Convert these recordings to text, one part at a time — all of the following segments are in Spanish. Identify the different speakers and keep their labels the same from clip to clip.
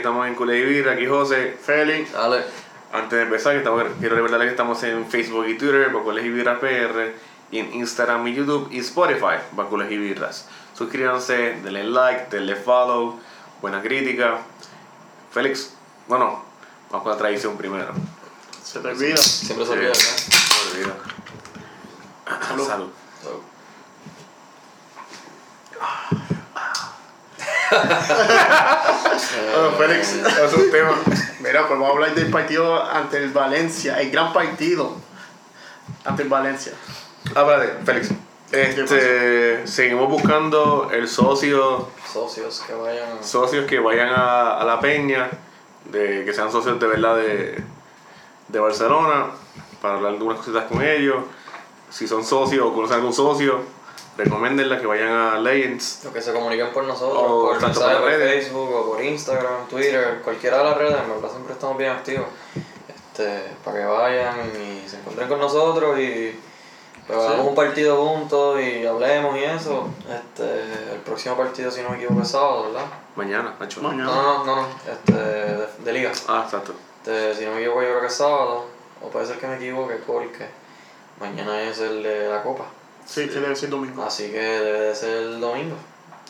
Speaker 1: estamos en Culeivir, aquí José, Félix.
Speaker 2: Ale.
Speaker 1: Antes de empezar, que estamos, quiero recordarles que estamos en Facebook y Twitter, Bacules y Birras PR, y en Instagram y YouTube y Spotify, Bacules y Birras. Suscríbanse, denle like, denle follow, buena crítica. Félix, bueno, vamos con la tradición primero.
Speaker 3: Se te olvida.
Speaker 2: Siempre se olvida, ¿verdad?
Speaker 1: Se me olvida.
Speaker 3: Salud.
Speaker 1: Salud.
Speaker 2: So,
Speaker 3: Bueno, Félix, es un tema. Mira, pues vamos a hablar del partido ante el Valencia, el gran partido ante el Valencia.
Speaker 1: Ah, espérate, Félix. Este, seguimos buscando el socio,
Speaker 2: Socios que vayan.
Speaker 1: socios que vayan a, a la peña, de, que sean socios de verdad de, de Barcelona, para hablar algunas cositas con ellos. Si son socios o conocen algún socio, recomiéndenla que vayan a Legends.
Speaker 2: Lo que se comuniquen por nosotros,
Speaker 1: O
Speaker 2: por
Speaker 1: tanto
Speaker 2: mensaje
Speaker 1: por
Speaker 2: por
Speaker 1: redes.
Speaker 2: Facebook, o por Instagram, Twitter, cualquiera de las redes, en verdad siempre estamos bien activos. Este, para que vayan y se encuentren con nosotros y pues, hagamos un partido juntos y hablemos y eso. Este, el próximo partido, si no me equivoco, es sábado, ¿verdad?
Speaker 1: Mañana, Nacho.
Speaker 3: Mañana.
Speaker 2: No, no, no, no, este, de, de liga.
Speaker 1: Ah, exacto.
Speaker 2: Este, si no me equivoco, yo creo que es sábado, o puede ser que me equivoque porque mañana es el de la copa.
Speaker 3: Sí, tiene que ser domingo.
Speaker 2: Así que debe de ser el domingo.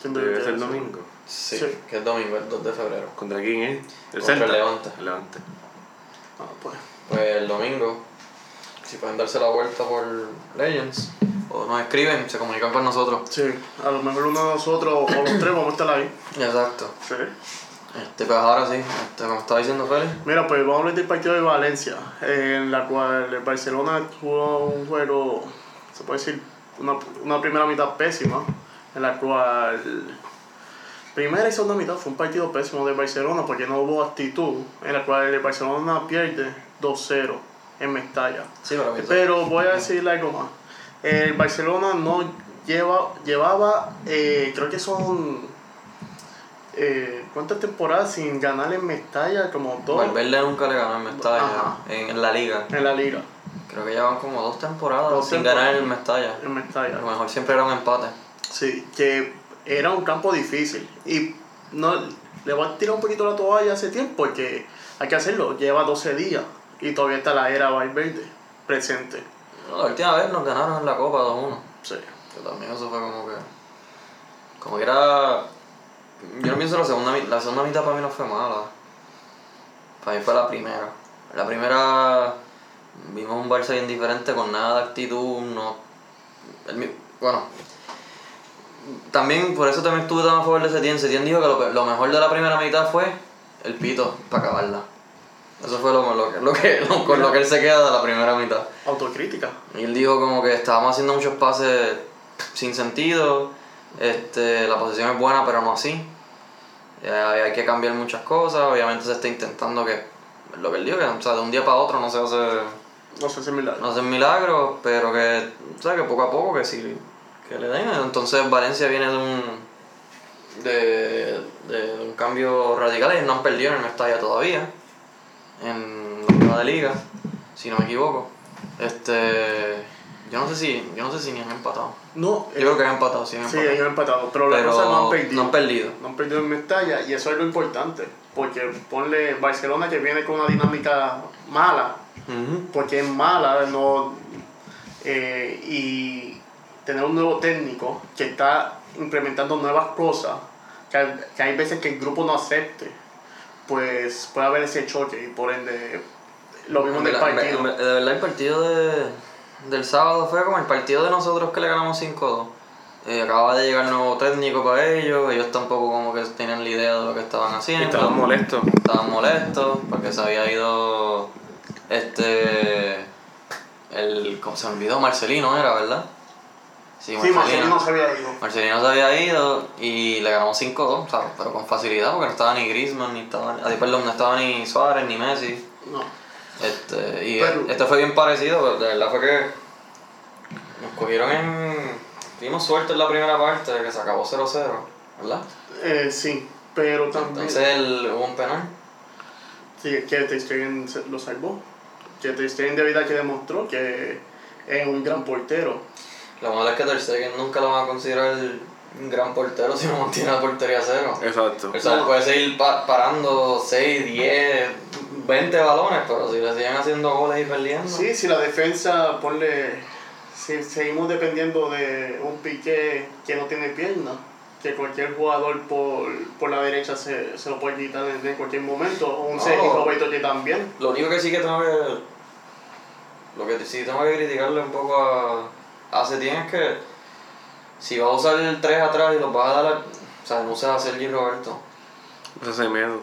Speaker 3: Tiene que
Speaker 1: Debe
Speaker 3: ser
Speaker 1: ser domingo.
Speaker 2: Sí,
Speaker 3: Sí.
Speaker 2: que es domingo, el 2 de febrero.
Speaker 1: ¿Contra quién es?
Speaker 2: Contra el Levante.
Speaker 1: El Levante.
Speaker 3: Ah, pues.
Speaker 2: Pues el domingo, si pueden darse la vuelta por Legends, o nos escriben, se comunican con nosotros.
Speaker 3: Sí, a lo mejor uno de nosotros o los tres vamos a estar ahí.
Speaker 2: Exacto.
Speaker 3: Sí.
Speaker 2: Este, pues ahora sí, este, como estaba diciendo Félix,
Speaker 3: Mira, pues vamos a hablar del partido de Valencia, en la cual el Barcelona tuvo un juego, se puede decir, una, una primera mitad pésima, en la cual primera y segunda mitad fue un partido pésimo de Barcelona porque no hubo actitud, en la cual el Barcelona pierde 2-0 en Mestalla.
Speaker 2: sí, para mí.
Speaker 3: Pero voy a decirle algo más. El Barcelona no lleva, llevaba, eh, creo que son, eh, ¿cuántas temporadas sin ganar en Mestalla? Como dos
Speaker 2: Valverde nunca le ganó en Mestalla,
Speaker 3: Ajá.
Speaker 2: en, en la liga.
Speaker 3: en la liga,
Speaker 2: Creo que llevan como dos temporadas
Speaker 3: Dos
Speaker 2: sin
Speaker 3: temporadas.
Speaker 2: ganar en Mestalla.
Speaker 3: en
Speaker 2: A
Speaker 3: Mestalla.
Speaker 2: lo mejor siempre era un empate.
Speaker 3: Sí, que era un campo difícil. Y no le voy a tirar un poquito la toalla hace tiempo porque hay que hacerlo. Lleva 12 días y todavía está la era Valverde presente.
Speaker 2: No, la última vez nos ganaron en la Copa 2-1.
Speaker 3: Sí.
Speaker 2: Que también eso fue como que. Como que era. Yo no pienso la segunda mitad. La segunda mitad para mí no fue mala. Para mí fue la primera. La primera. Vimos un Barça bien diferente, con nada de actitud, no. el mi- bueno. También, por eso también estuve tan a favor de Setién. Setién dijo que lo, pe- lo mejor de la primera mitad fue el pito, para acabarla. Eso fue lo, lo que, lo que, lo- con lo que él se queda de la primera mitad.
Speaker 3: Autocrítica.
Speaker 2: Y él dijo como que estábamos haciendo muchos pases sin sentido, este, la posición es buena pero no así. Eh, hay que cambiar muchas cosas, obviamente se está intentando que lo que él dijo, que o sea, de un día para otro no se hace,
Speaker 3: No sé si me la...
Speaker 2: no hacen milagros, pero que, o sea, que poco a poco que sí que le den. Entonces Valencia viene de un de, de un cambio radical, ellos no han perdido en el Mestalla todavía, en la Copa de liga, si no me equivoco. Este yo no sé si, yo no sé si ni han empatado.
Speaker 3: No, eh,
Speaker 2: Yo creo que han empatado, sí han
Speaker 3: Sí,
Speaker 2: empatado.
Speaker 3: ellos han empatado, pero, la
Speaker 2: pero
Speaker 3: cosa no han perdido.
Speaker 2: no han perdido.
Speaker 3: No han perdido en Mestalla y eso es lo importante. Porque ponle Barcelona que viene con una dinámica mala,
Speaker 2: Ujú.
Speaker 3: porque es mala, no. eh, y tener un nuevo técnico que está implementando nuevas cosas, que hay, que hay veces que el grupo no acepte, pues puede haber ese choque y por ende lo mismo en el
Speaker 2: verdad-
Speaker 3: partido.
Speaker 2: en ver- de verdad, el partido de- del sábado fue como el partido de nosotros que le ganamos 5-2. Eh, acaba de llegar nuevo técnico para ellos, ellos tampoco como que tenían la idea de lo que estaban haciendo.
Speaker 1: Estaba molesto.
Speaker 2: Estaban molestos porque se había ido este el ¿cómo se me olvidó Marcelino era, ¿verdad?
Speaker 3: sí, Marcelino se había ido.
Speaker 2: Marcelino se había ido y le ganamos 5-2, ¿sabes? pero con facilidad porque no estaba ni Griezmann, ni estaba, ah, perdón, no estaba ni Suárez, ni Messi.
Speaker 3: No.
Speaker 2: Este, y
Speaker 3: Pero-
Speaker 2: este fue bien parecido, pero de verdad fue que nos cogieron en. Tuvimos suerte en la primera parte, que se acabó 0-0, ¿verdad?
Speaker 3: Eh, sí, pero también.
Speaker 2: Entonces el- hubo un penal.
Speaker 3: Sí, que Ter Stegen se- lo salvó. Que Ter Stegen de verdad que demostró que es un gran portero.
Speaker 2: Lo malo es que Ter Stegen nunca lo van a considerar un gran portero si no mantiene la portería a cero.
Speaker 1: Exacto.
Speaker 2: O sea, puede seguir pa- parando 6, 10, 20 balones, pero si le siguen haciendo goles y perdiendo.
Speaker 3: Sí, si la defensa, ponle. Si seguimos dependiendo de un pique que no tiene pierna, que cualquier jugador por, por la derecha se, se lo puede quitar en, en cualquier momento, o un
Speaker 2: No.
Speaker 3: Sergi Roberto que también.
Speaker 2: Lo único que sí que tengo que. Lo que sí tengo que criticarle un poco a, a Setién es que. Si vas a usar el 3 atrás y los vas a dar. a- o sea, no usas a Sergi Roberto.
Speaker 1: Eso hace miedo.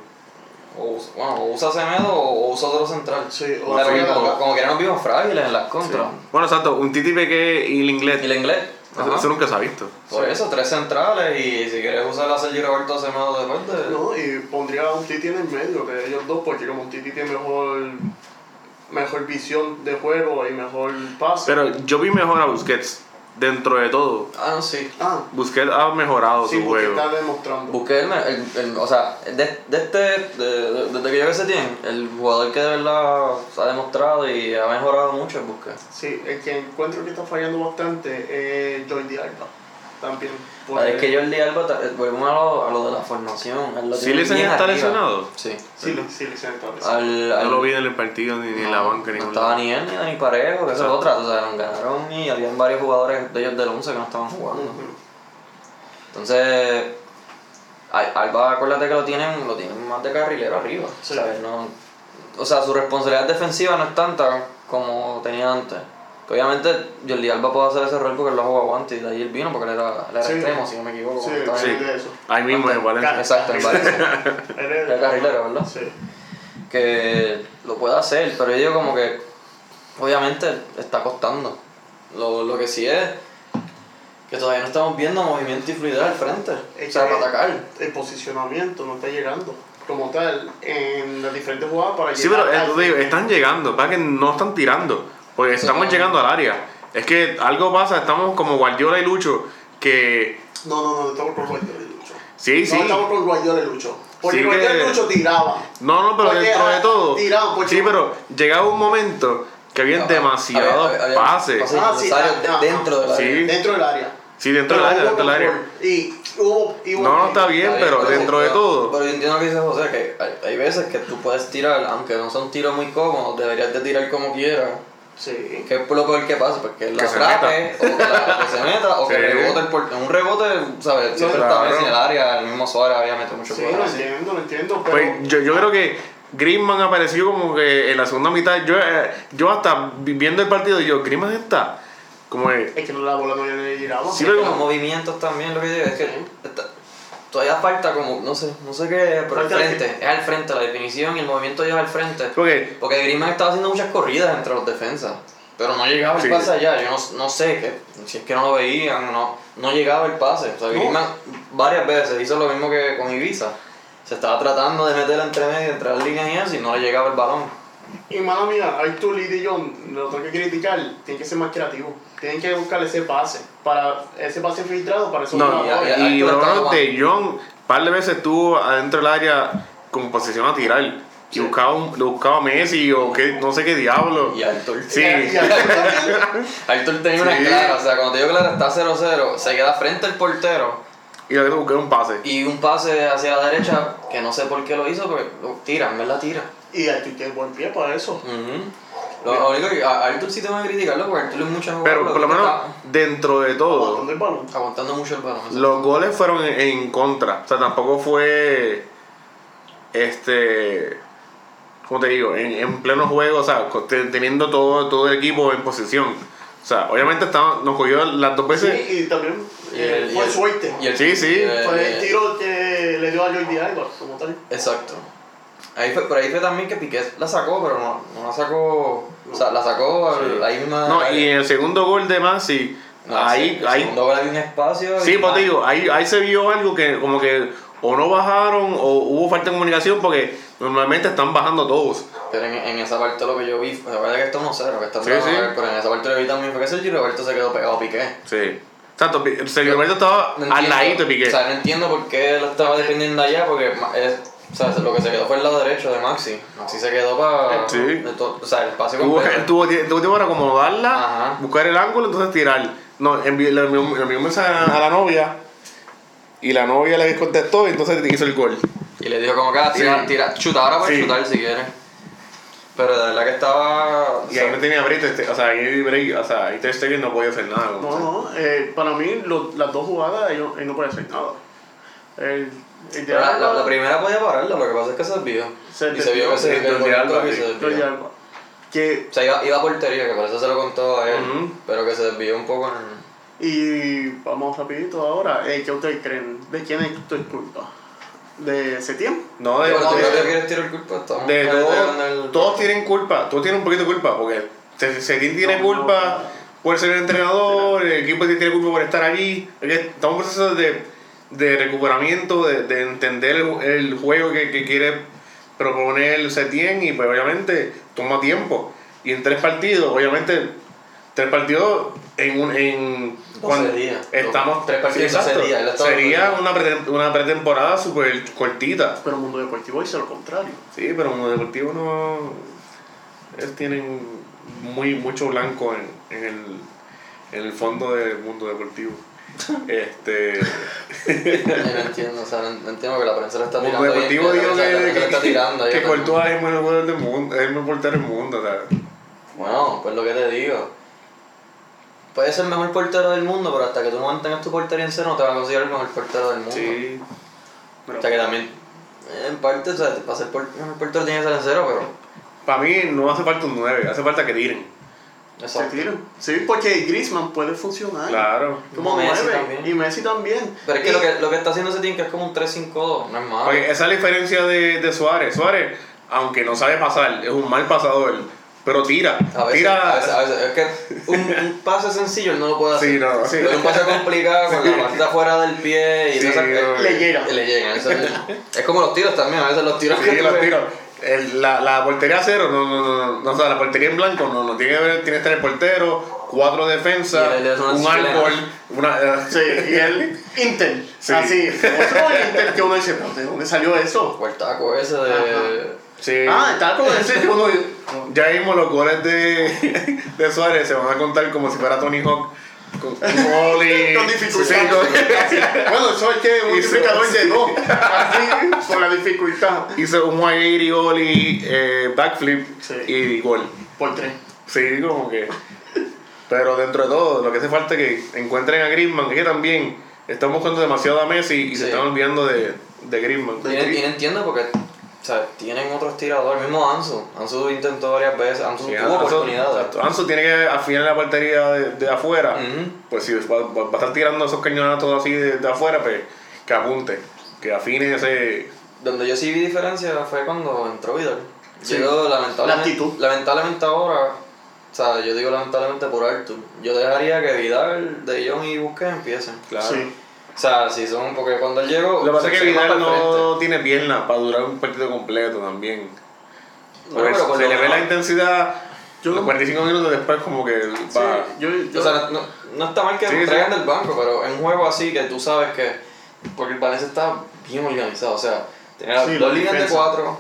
Speaker 2: O, us- bueno, o usa a Semedo o, o usa otro central.
Speaker 3: Sí, o
Speaker 2: Pero que
Speaker 3: Semedo.
Speaker 2: como, como que ya nos vimos frágiles en las contras.
Speaker 1: Bueno, exacto. Un Titi Peque y el inglés.
Speaker 2: Y el inglés.
Speaker 1: Eso,
Speaker 2: ajá.
Speaker 1: eso nunca se ha visto.
Speaker 2: Por eso, tres centrales y si quieres usar a Sergi Roberto o Semedo después de.
Speaker 3: No, y pondría a un Titi en el medio, que ellos dos, porque como Titi tiene mejor, mejor visión de juego y mejor pase.
Speaker 1: Pero yo vi mejor a Busquets dentro de todo.
Speaker 2: Ah, no, sí.
Speaker 3: ah,
Speaker 1: Busquets ha mejorado
Speaker 3: sí,
Speaker 1: su
Speaker 3: porque
Speaker 1: juego.
Speaker 3: está demostrando.
Speaker 2: Busqué el, el- el- o sea, de, de este, de- de- desde que yo que se tiene, el jugador que de verdad se ha demostrado y ha mejorado mucho es Busqué.
Speaker 3: Sí, el que encuentro que está fallando bastante es Jordi Alba, también.
Speaker 2: Ah, Es
Speaker 3: porque-
Speaker 2: que Jordi Alba, ta- eh, volvemos a lo, a lo de la formación. él lo
Speaker 1: Pues, ¿Sí
Speaker 2: tiene
Speaker 1: Liceña
Speaker 2: bien
Speaker 1: está
Speaker 2: arriba.
Speaker 1: lesionado?
Speaker 2: Sí.
Speaker 3: Sí, sí, sí, entonces.
Speaker 2: Al, al-
Speaker 1: No lo vi en el partido ni, ni en la
Speaker 2: no,
Speaker 1: banca. ni
Speaker 2: No
Speaker 1: en
Speaker 2: estaba ni él ni Dani Parejo, que esa es otra. O sea, nos ganaron y habían varios jugadores de ellos del 11 que no estaban jugando. Entonces, Al- Alba, acuérdate que lo tienen, lo tienen más de carrilero arriba.
Speaker 3: Sí.
Speaker 2: ¿sabes? No, o sea, su responsabilidad defensiva no es tanta como tenía antes. Que obviamente Jordi Alba puede hacer ese rol porque él lo jugaba antes y de ahí él vino porque él era, él era
Speaker 3: Sí.
Speaker 2: extremo, si no me equivoco.
Speaker 3: Sí,
Speaker 2: cuando estaba
Speaker 1: Sí.
Speaker 3: sí.
Speaker 2: en-
Speaker 3: de eso.
Speaker 1: Ahí mismo en Valencia.
Speaker 2: Exacto, en Valencia. Era carrilero, ¿verdad?
Speaker 3: Sí.
Speaker 2: que lo pueda hacer, pero yo digo como que obviamente está costando. Lo, lo que sí es que todavía no estamos viendo movimiento y fluidez al frente,
Speaker 3: Es
Speaker 2: o sea,
Speaker 3: que-
Speaker 2: para atacar.
Speaker 3: El posicionamiento no está llegando como tal en las diferentes jugadas para
Speaker 1: Sí, pero
Speaker 3: al-
Speaker 1: eh, te digo, están llegando, para que no están tirando, porque estamos
Speaker 2: Sí.
Speaker 1: llegando al área. Es que algo pasa, estamos como Guardiola y Lucho, que
Speaker 3: No, no, no, estamos con Guardiola y Lucho.
Speaker 1: sí, sí.
Speaker 3: No estamos con Guardiola y Lucho. Porque
Speaker 1: Sí que-
Speaker 3: Guardiola y Lucho tiraba.
Speaker 1: No, no, pero
Speaker 3: Porque,
Speaker 1: dentro de
Speaker 3: ah,
Speaker 1: todo.
Speaker 3: tiraban, porque-
Speaker 1: sí, pero llegaba un momento que había
Speaker 2: Ah,
Speaker 1: demasiados
Speaker 2: había- había
Speaker 1: pases.
Speaker 3: Ah, sí,
Speaker 2: innecesarios
Speaker 3: ah,
Speaker 2: de-
Speaker 3: ah,
Speaker 2: dentro del
Speaker 1: sí.
Speaker 2: área.
Speaker 3: Dentro del área.
Speaker 1: Sí, dentro del
Speaker 3: Pero
Speaker 1: área,
Speaker 3: hubo
Speaker 1: dentro del área.
Speaker 3: control. Y hubo. y hubo-
Speaker 1: No, no está bien,
Speaker 2: Está bien,
Speaker 1: pero dentro de
Speaker 2: pero-
Speaker 1: todo.
Speaker 2: Pero yo entiendo lo que dice José, que hay, hay veces que tú puedes tirar, aunque no son tiros muy cómodos, deberías de tirar como quieras.
Speaker 3: Sí.
Speaker 2: Que es lo peor que pasa, porque la
Speaker 1: Que se
Speaker 2: atrape, o que, la- que se meta, o que
Speaker 1: Sí.
Speaker 2: rebote el portero. Un rebote, ¿sabes? Siempre
Speaker 1: Claro.
Speaker 2: está Messi en el área, el mismo Suárez había metido mucho
Speaker 3: Sí,
Speaker 2: gol
Speaker 3: lo
Speaker 2: así.
Speaker 3: entiendo, lo entiendo, pero.
Speaker 1: Pues yo, yo creo que Griezmann apareció como que en la segunda mitad. Yo, eh, yo hasta vi- viendo el partido, yo, Griezmann está como que.
Speaker 3: es que no la bola no le giraba.
Speaker 1: Sí,
Speaker 2: Es
Speaker 1: pero
Speaker 2: que los
Speaker 1: como-
Speaker 2: movimientos también, lo que digo, es que está- todavía falta como, no sé, no sé qué, pero al
Speaker 3: Falta la-
Speaker 2: frente, es al frente, la definición y el movimiento ya es al frente.
Speaker 1: Porque
Speaker 2: Porque Griezmann estaba haciendo muchas corridas entre los defensas, pero no llegaba el
Speaker 1: Sí.
Speaker 2: pase allá, yo no, no sé, que, si es que no lo veían, no, no llegaba el pase. O sea, Griezmann varias veces hizo lo mismo que con Ibiza, se estaba tratando de meter entre medio, entre las líneas y eso, y no le llegaba el balón.
Speaker 3: Y mala mía, ahí tú, Lid y yo, lo tengo que criticar, tienen que ser más creativos. Tienen que buscar ese pase, para ese pase filtrado, para eso
Speaker 1: No,
Speaker 2: y- ya, ya,
Speaker 1: y
Speaker 2: ahí tú la
Speaker 1: Bruno
Speaker 2: estabas
Speaker 1: de Jong, un par de veces estuvo adentro del área con posición a tirar. Y
Speaker 3: Sí.
Speaker 1: buscaba, un- lo buscaba a Messi o qué, no sé qué diablo.
Speaker 2: Y Artur,
Speaker 1: Sí.
Speaker 2: Artur tenía una
Speaker 1: Sí.
Speaker 2: clara, o sea, cuando te digo clara, está 0-0, se queda frente al portero.
Speaker 1: Y lo que buscar un pase.
Speaker 2: Y un pase hacia la derecha, que no sé por qué lo hizo, porque lo tira, en verdad tira.
Speaker 3: y ahí tú tienes buen pie para eso.
Speaker 2: Lo único que a Arthur sí tengo que criticarlo, porque Arthur es mucho jugador,
Speaker 1: Pero por lo menos dentro de todo,
Speaker 3: Botando el balón.
Speaker 2: está aguantando mucho el balón.
Speaker 1: los goles fueron en, en contra. O sea, tampoco fue. Este. ¿Cómo te digo? En, en pleno juego, o sea, co- te- teniendo todo, todo el equipo en posición. O sea, obviamente estaba, nos cogió las dos veces.
Speaker 3: Sí, y también eh, fue suerte.
Speaker 2: y el- eh,
Speaker 1: Sí, sí.
Speaker 2: y el-
Speaker 3: fue el tiro que le dio a Jordi Alba, como tal.
Speaker 2: Exacto. Ahí fue, por ahí fue también que Piqué la sacó, pero no, no la sacó. O sea, la sacó al- ahí misma.
Speaker 1: No, y en el segundo gol de Masi,
Speaker 2: No,
Speaker 1: ahí,
Speaker 2: Ah, sí, el
Speaker 1: ahí,
Speaker 2: segundo gol había un espacio.
Speaker 1: sí,
Speaker 2: y-
Speaker 1: pues te digo, ahí, ahí se vio algo que como que o no bajaron o hubo falta de comunicación porque normalmente están bajando todos.
Speaker 2: Pero en, en esa parte lo que yo vi, fue- la verdad que está 1-0, que está
Speaker 1: Sí,
Speaker 2: 0
Speaker 1: sí.
Speaker 2: pero en esa parte lo que vi también fue que Sergio Roberto se quedó pegado a Piqué.
Speaker 1: Sí. Exacto, Pi- Sergio Roberto estaba
Speaker 2: No
Speaker 1: al
Speaker 2: entiendo-
Speaker 1: ladito de Piqué.
Speaker 2: O sea, no entiendo por qué lo estaba defendiendo allá, porque ma- es- o sea, lo que se quedó fue el lado derecho de Maxi. Maxi se quedó para.
Speaker 1: Sí.
Speaker 2: O sea, el espacio
Speaker 1: Tuvo,
Speaker 2: completo.
Speaker 1: tuvo tie- tuvo tiempo para acomodarla,
Speaker 2: Ajá.
Speaker 1: buscar el ángulo, entonces tirar. No, envió, le envió, le envió un mensaje a, a la novia Y la novia le contestó y entonces hizo el gol.
Speaker 2: Y le dijo como que ah, tira,
Speaker 1: Sí.
Speaker 2: tira, chuta, ahora puedes
Speaker 1: Sí.
Speaker 2: chutar si quieres. Pero de verdad que estaba... o
Speaker 1: Y
Speaker 2: sea,
Speaker 1: ahí no tenía break, este- o sea, ahí break, o sea, ahí Ter Stegen no podía hacer nada. como
Speaker 3: No,
Speaker 1: sea.
Speaker 3: no, eh, para mí lo- las dos jugadas él, no- él no puede hacer nada. El, el de
Speaker 2: pero la, la-
Speaker 3: Alba-
Speaker 2: la primera podía pararla, lo que pasa es que se desvió.
Speaker 3: Se
Speaker 2: y se vio que se
Speaker 1: desvió,
Speaker 2: el
Speaker 1: sí,
Speaker 2: gol
Speaker 1: Alba,
Speaker 2: entró y
Speaker 1: sí.
Speaker 2: se
Speaker 3: el de
Speaker 2: desvió.
Speaker 3: Alba. Que,
Speaker 2: O sea, iba, iba a portería, que por eso se lo contó a él,
Speaker 1: Ujú.
Speaker 2: pero que se desvió un poco en...
Speaker 3: y vamos rapidito ahora, eh, ¿qué ustedes creen? ¿De quién es tu culpa? ¿De Setién?
Speaker 1: No, de,
Speaker 2: Bueno, tú
Speaker 1: de-
Speaker 2: no le quieres tirar el culpa, estamos
Speaker 1: de
Speaker 2: peleando
Speaker 1: todos,
Speaker 2: el-
Speaker 1: todos tienen culpa, todos tienen un poquito de culpa, porque Se- Sedin tiene
Speaker 3: No,
Speaker 1: culpa
Speaker 3: no.
Speaker 1: por ser el entrenador, el equipo tiene culpa por estar allí. Es que Estamos en un proceso de, de recuperamiento, de, de entender el, el juego que, que quiere proponer Setien y pues obviamente toma tiempo. Y en tres partidos, obviamente, tres partidos en un... En,
Speaker 2: días.
Speaker 1: Estamos...
Speaker 2: Tres partidos en
Speaker 1: exacto.
Speaker 2: 12 días, él ha estado
Speaker 1: Sería
Speaker 2: jugando.
Speaker 1: una, prete- una pretemporada súper cortita.
Speaker 3: Pero Mundo Deportivo hizo lo contrario.
Speaker 1: Sí, pero como deportivo no. Ellos tienen muy, mucho blanco en, en, el, en el fondo del mundo deportivo. este.
Speaker 2: Yo no entiendo, o sea, no no entiendo que la prensa le está tirando.
Speaker 1: mundo deportivo
Speaker 2: bien,
Speaker 1: dijo
Speaker 2: la prensa- la
Speaker 1: que,
Speaker 2: prensa le está tirando,
Speaker 1: que,
Speaker 2: ahí,
Speaker 1: que
Speaker 2: pero-
Speaker 1: Courtois es el mejor jugador del mundo, es el mejor portero del mundo, o sea.
Speaker 2: Bueno, pues lo que te digo. Puedes ser el mejor portero del mundo, pero hasta que tú no mantengas tu portería en cero, no te van a considerar el mejor portero del mundo.
Speaker 1: Sí.
Speaker 3: Pero-
Speaker 2: O sea que también, en parte, o sea, para ser por- mejor portero tiene que ser en cero, pero.
Speaker 1: Para mí no hace falta un 9, hace falta que tiren.
Speaker 3: Se
Speaker 2: Exacto.
Speaker 3: tiran. Sí, porque Griezmann puede
Speaker 2: Ah.
Speaker 3: funcionar.
Speaker 1: Claro.
Speaker 3: Como
Speaker 2: Messi
Speaker 3: nueve.
Speaker 2: también.
Speaker 3: Y Messi también.
Speaker 2: Pero es
Speaker 3: Y-
Speaker 2: que lo, que lo que está haciendo ese team que es como un 3-5-2, no es malo.
Speaker 1: Porque esa es la diferencia de, de Suárez. Suárez, aunque no sabe pasar, es un mal pasador, pero tira.
Speaker 2: a, veces,
Speaker 1: tira.
Speaker 2: a, veces, a veces, es que un, un pase sencillo él no lo puede hacer.
Speaker 1: Sí, no.
Speaker 2: Pero un pase complicado con la partida fuera del pie y
Speaker 1: Sí,
Speaker 2: esas-
Speaker 1: no.
Speaker 2: le-
Speaker 3: Le llega.
Speaker 2: le llegan. eso es, es como los tiros también, a veces los tiros que
Speaker 1: Sí,
Speaker 2: tú
Speaker 1: los
Speaker 2: ves-
Speaker 1: tiros. El- la, la portería cero, no, no, no, no, o sea, la portería en blanco, no, no, tiene que ver, tiene que estar el portero, cuatro defensas,
Speaker 2: Y le- le hacen
Speaker 1: un
Speaker 2: una chilena.
Speaker 1: árbol, una... eh,
Speaker 3: Sí, y el Intel.
Speaker 1: Sí.
Speaker 3: Así, otro Intel que uno dice, "Pero, ¿de dónde salió eso?
Speaker 2: O el taco ese de.
Speaker 3: Ajá.
Speaker 1: sí.
Speaker 3: Ah, está con ese que uno.
Speaker 1: Ya mismo los goles de, de Suárez se van a contar como si fuera Tony Hawk. Con, con gol y-
Speaker 3: Con dificultad.
Speaker 1: sí, con-
Speaker 3: Bueno, eso es que un
Speaker 1: Y se-
Speaker 3: multiplicador de dos. Así, por la dificultad.
Speaker 1: hizo un 180 gol y eh, backflip
Speaker 3: Sí.
Speaker 1: y gol.
Speaker 3: Por tres.
Speaker 1: Sí, como que. Pero dentro de todo, lo que hace falta es que encuentren a Griezmann, que también estamos buscando demasiado a Messi y se
Speaker 2: Sí.
Speaker 1: están olvidando de, de Griezmann.
Speaker 2: Y, no- y no entiendo porque. O sea, tienen otros tiradores. El mismo Ansu. Ansu intentó varias veces. Ansu
Speaker 1: Sí,
Speaker 2: tuvo
Speaker 1: Ansu-
Speaker 2: oportunidades. Mm.
Speaker 1: exacto. Ansu tiene que afinar la portería de, de afuera.
Speaker 2: Ujú.
Speaker 1: Pues si va, va- va a estar tirando esos cañonazos así de, de afuera, pues que apunte, que afine ese.
Speaker 2: Donde yo sí vi diferencia fue cuando entró Vidal.
Speaker 3: Sí.
Speaker 2: Yo lamentablemente,
Speaker 3: La actitud.
Speaker 2: lamentablemente ahora, o sea, yo digo lamentablemente por Artur, yo dejaría que Vidal, De Jong y Busquets empiecen.
Speaker 1: Claro.
Speaker 3: Sí.
Speaker 2: O sea, si son, porque cuando él
Speaker 1: Lo
Speaker 2: llegó...
Speaker 1: que pasa es
Speaker 2: se-
Speaker 1: que
Speaker 2: se va
Speaker 1: Vidal
Speaker 2: para el frente.
Speaker 1: no tiene pierna para durar un partido completo también.
Speaker 2: Bueno,
Speaker 1: Pues,
Speaker 2: pero por
Speaker 1: se
Speaker 2: lo
Speaker 1: le ve
Speaker 2: menos-
Speaker 1: la intensidad.
Speaker 3: Yo
Speaker 1: los
Speaker 3: no-
Speaker 1: 45 minutos después, como que
Speaker 3: Sí,
Speaker 1: va.
Speaker 3: yo, yo-
Speaker 2: O sea, no, no está mal que
Speaker 1: Sí,
Speaker 2: lo
Speaker 1: sí.
Speaker 2: traigan del banco, pero en un juego así que tú sabes que... Porque el Valencia está bien organizado, o sea, tenía
Speaker 3: Sí,
Speaker 2: dos
Speaker 3: la
Speaker 2: líneas de
Speaker 3: defensa.
Speaker 2: cuatro,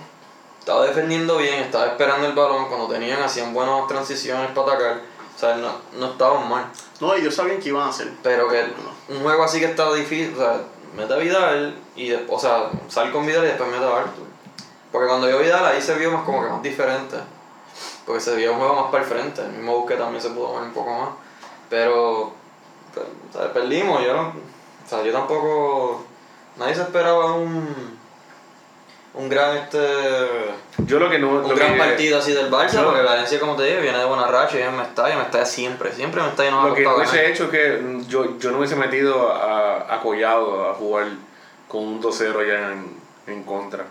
Speaker 2: estaba defendiendo bien, estaba esperando el balón, cuando tenían hacían buenas transiciones para atacar, o sea, no, no estaban mal.
Speaker 3: No, ellos sabían que iban a hacer.
Speaker 2: Pero que un juego así que está difícil, o sea, mete a Vidal y después, o sea, sal con Vidal y después mete a Arthur. Porque cuando yo Vidal ahí se vio más como que más diferente. Porque se vio un juego más para el frente. El mismo Busquets también se pudo mover un poco más. Pero, pero, o sea, perdimos, yo no, o sea, yo tampoco. Nadie se esperaba un un gran este
Speaker 1: Yo lo que no.
Speaker 2: un
Speaker 1: Pues lo
Speaker 2: gran
Speaker 1: que-
Speaker 2: partido así del Barça,
Speaker 1: Yo-
Speaker 2: porque Valencia como te digo viene de buena racha y viene me está, y me está siempre, siempre me está y no me ha
Speaker 1: Lo que
Speaker 2: costado ganar.
Speaker 1: hubiese hecho es que mm, yo, yo no hubiese metido a, a Collado a jugar con un 2-0 ya en, en contra.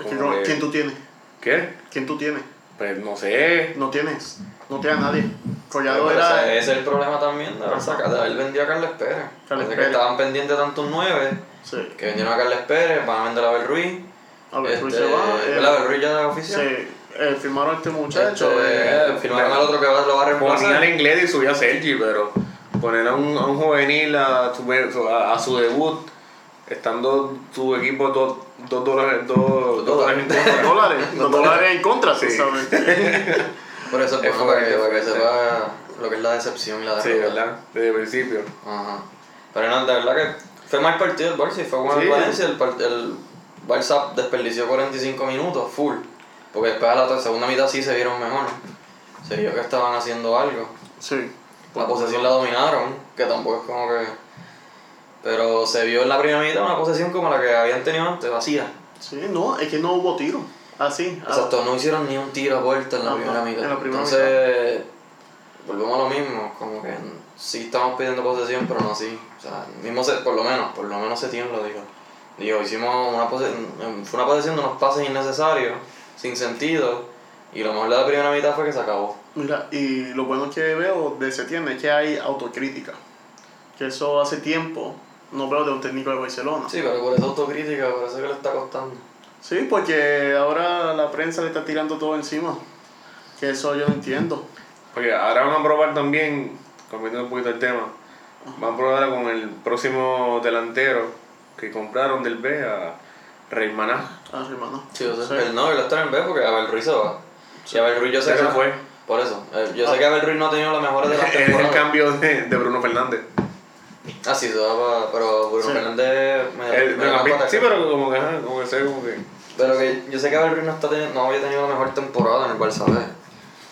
Speaker 3: Es que
Speaker 1: Como
Speaker 3: no-
Speaker 1: que-
Speaker 3: ¿Quién tú tienes?
Speaker 1: ¿Qué?
Speaker 3: ¿Quién tú tienes?
Speaker 1: Pues no sé.
Speaker 3: No tienes. No tienes a nadie. Collado
Speaker 2: Pero, o
Speaker 3: era.
Speaker 2: sea, eh, ese es el problema también de haber sacado, de haber vendido a Carles Pérez.
Speaker 3: Carles
Speaker 2: Parece que
Speaker 3: Pérez.
Speaker 2: estaban pendientes tanto un 9,
Speaker 3: Sí.
Speaker 2: que vendieron a Carles Pérez, van a vender a Abel Ruiz.
Speaker 3: A ver, Ruiz
Speaker 2: Este,
Speaker 3: se va. eh,
Speaker 2: ¿verdad? Abel Ruiz ya es oficial.
Speaker 3: sí, eh, firmaron a este
Speaker 2: Este,
Speaker 3: muchacho. eh,
Speaker 2: firmaron al otro que va- lo va a
Speaker 1: Ponía
Speaker 2: reemplazar.
Speaker 1: al inglés y subía a Sergi, pero poner a un, a un juvenil a, tu- a, a su debut, estando tu equipo dos dos dólares, dos, dos dólares en
Speaker 3: los
Speaker 1: contra.
Speaker 3: dólares, los dólares en contra, sí. ¿sabes?
Speaker 2: Por eso es
Speaker 1: Es
Speaker 2: bueno para que,
Speaker 1: fuerte,
Speaker 2: para que
Speaker 1: fuerte.
Speaker 2: sepa lo que es la decepción y la
Speaker 1: sí,
Speaker 2: derrota.
Speaker 1: ¿verdad? Desde el principio.
Speaker 2: Ajá. Pero no, de verdad que Fue mal partido el Barça y fue con el
Speaker 3: Sí.
Speaker 2: Valencia. El, par- el Barça desperdició 45 minutos, full. Porque después de la otra- segunda mitad sí se vieron mejor. Se vio que estaban haciendo algo.
Speaker 3: Sí.
Speaker 2: La posesión la dominaron, que tampoco es como que. Pero se vio en la primera mitad una posesión como la que habían tenido antes, vacía.
Speaker 3: Sí, no, es que no hubo tiro. Así. a-
Speaker 2: Exacto, no hicieron ni un tiro a puerta en la
Speaker 3: Ah. Ajá,
Speaker 2: primera mitad.
Speaker 3: en la primera
Speaker 2: Entonces, volvemos a lo mismo, como que sí estamos pidiendo posesión, pero no así. O sea, mismo se- por lo menos, por lo menos Setién lo dijo. Digo, hicimos una posesión, fue una posesión de unos pases innecesarios, sin sentido, y lo mejor de la primera mitad fue que se acabó.
Speaker 3: Mira, y lo bueno que veo de Setién es que hay autocrítica. Que eso hace tiempo no veo de un técnico de Barcelona.
Speaker 2: Sí, pero por esa autocrítica, por eso es que le está costando.
Speaker 3: Sí, porque ahora la prensa le está tirando todo encima. Que eso yo no entiendo.
Speaker 1: Porque ahora van a probar también, cambiando un poquito el tema, van a probar con el próximo delantero que compraron del B a Reymaná.
Speaker 3: Ah, sí, hermano.
Speaker 2: Sí, o sea,
Speaker 3: Sí.
Speaker 2: el no, el está en B porque Abel Ruiz se va. Y Abel Ruiz yo sé
Speaker 1: Ya
Speaker 2: que
Speaker 1: se
Speaker 2: no-
Speaker 1: fue.
Speaker 2: Por eso, eh, yo
Speaker 3: Ah.
Speaker 2: sé que Abel Ruiz no ha tenido la mejor de las
Speaker 1: Es el
Speaker 2: temporadas.
Speaker 1: cambio de, de Bruno Fernández.
Speaker 2: Ah, sí, se va pa- pero Bruno
Speaker 3: Sí.
Speaker 2: Fernández me
Speaker 1: El-
Speaker 2: me da más Ah, para
Speaker 1: sí,
Speaker 2: acá.
Speaker 1: pero como que, ajá, como que sé, como que.
Speaker 2: Pero que yo sé que Abel Ruiz no, está teni- no había tenido la mejor temporada en el Barça B.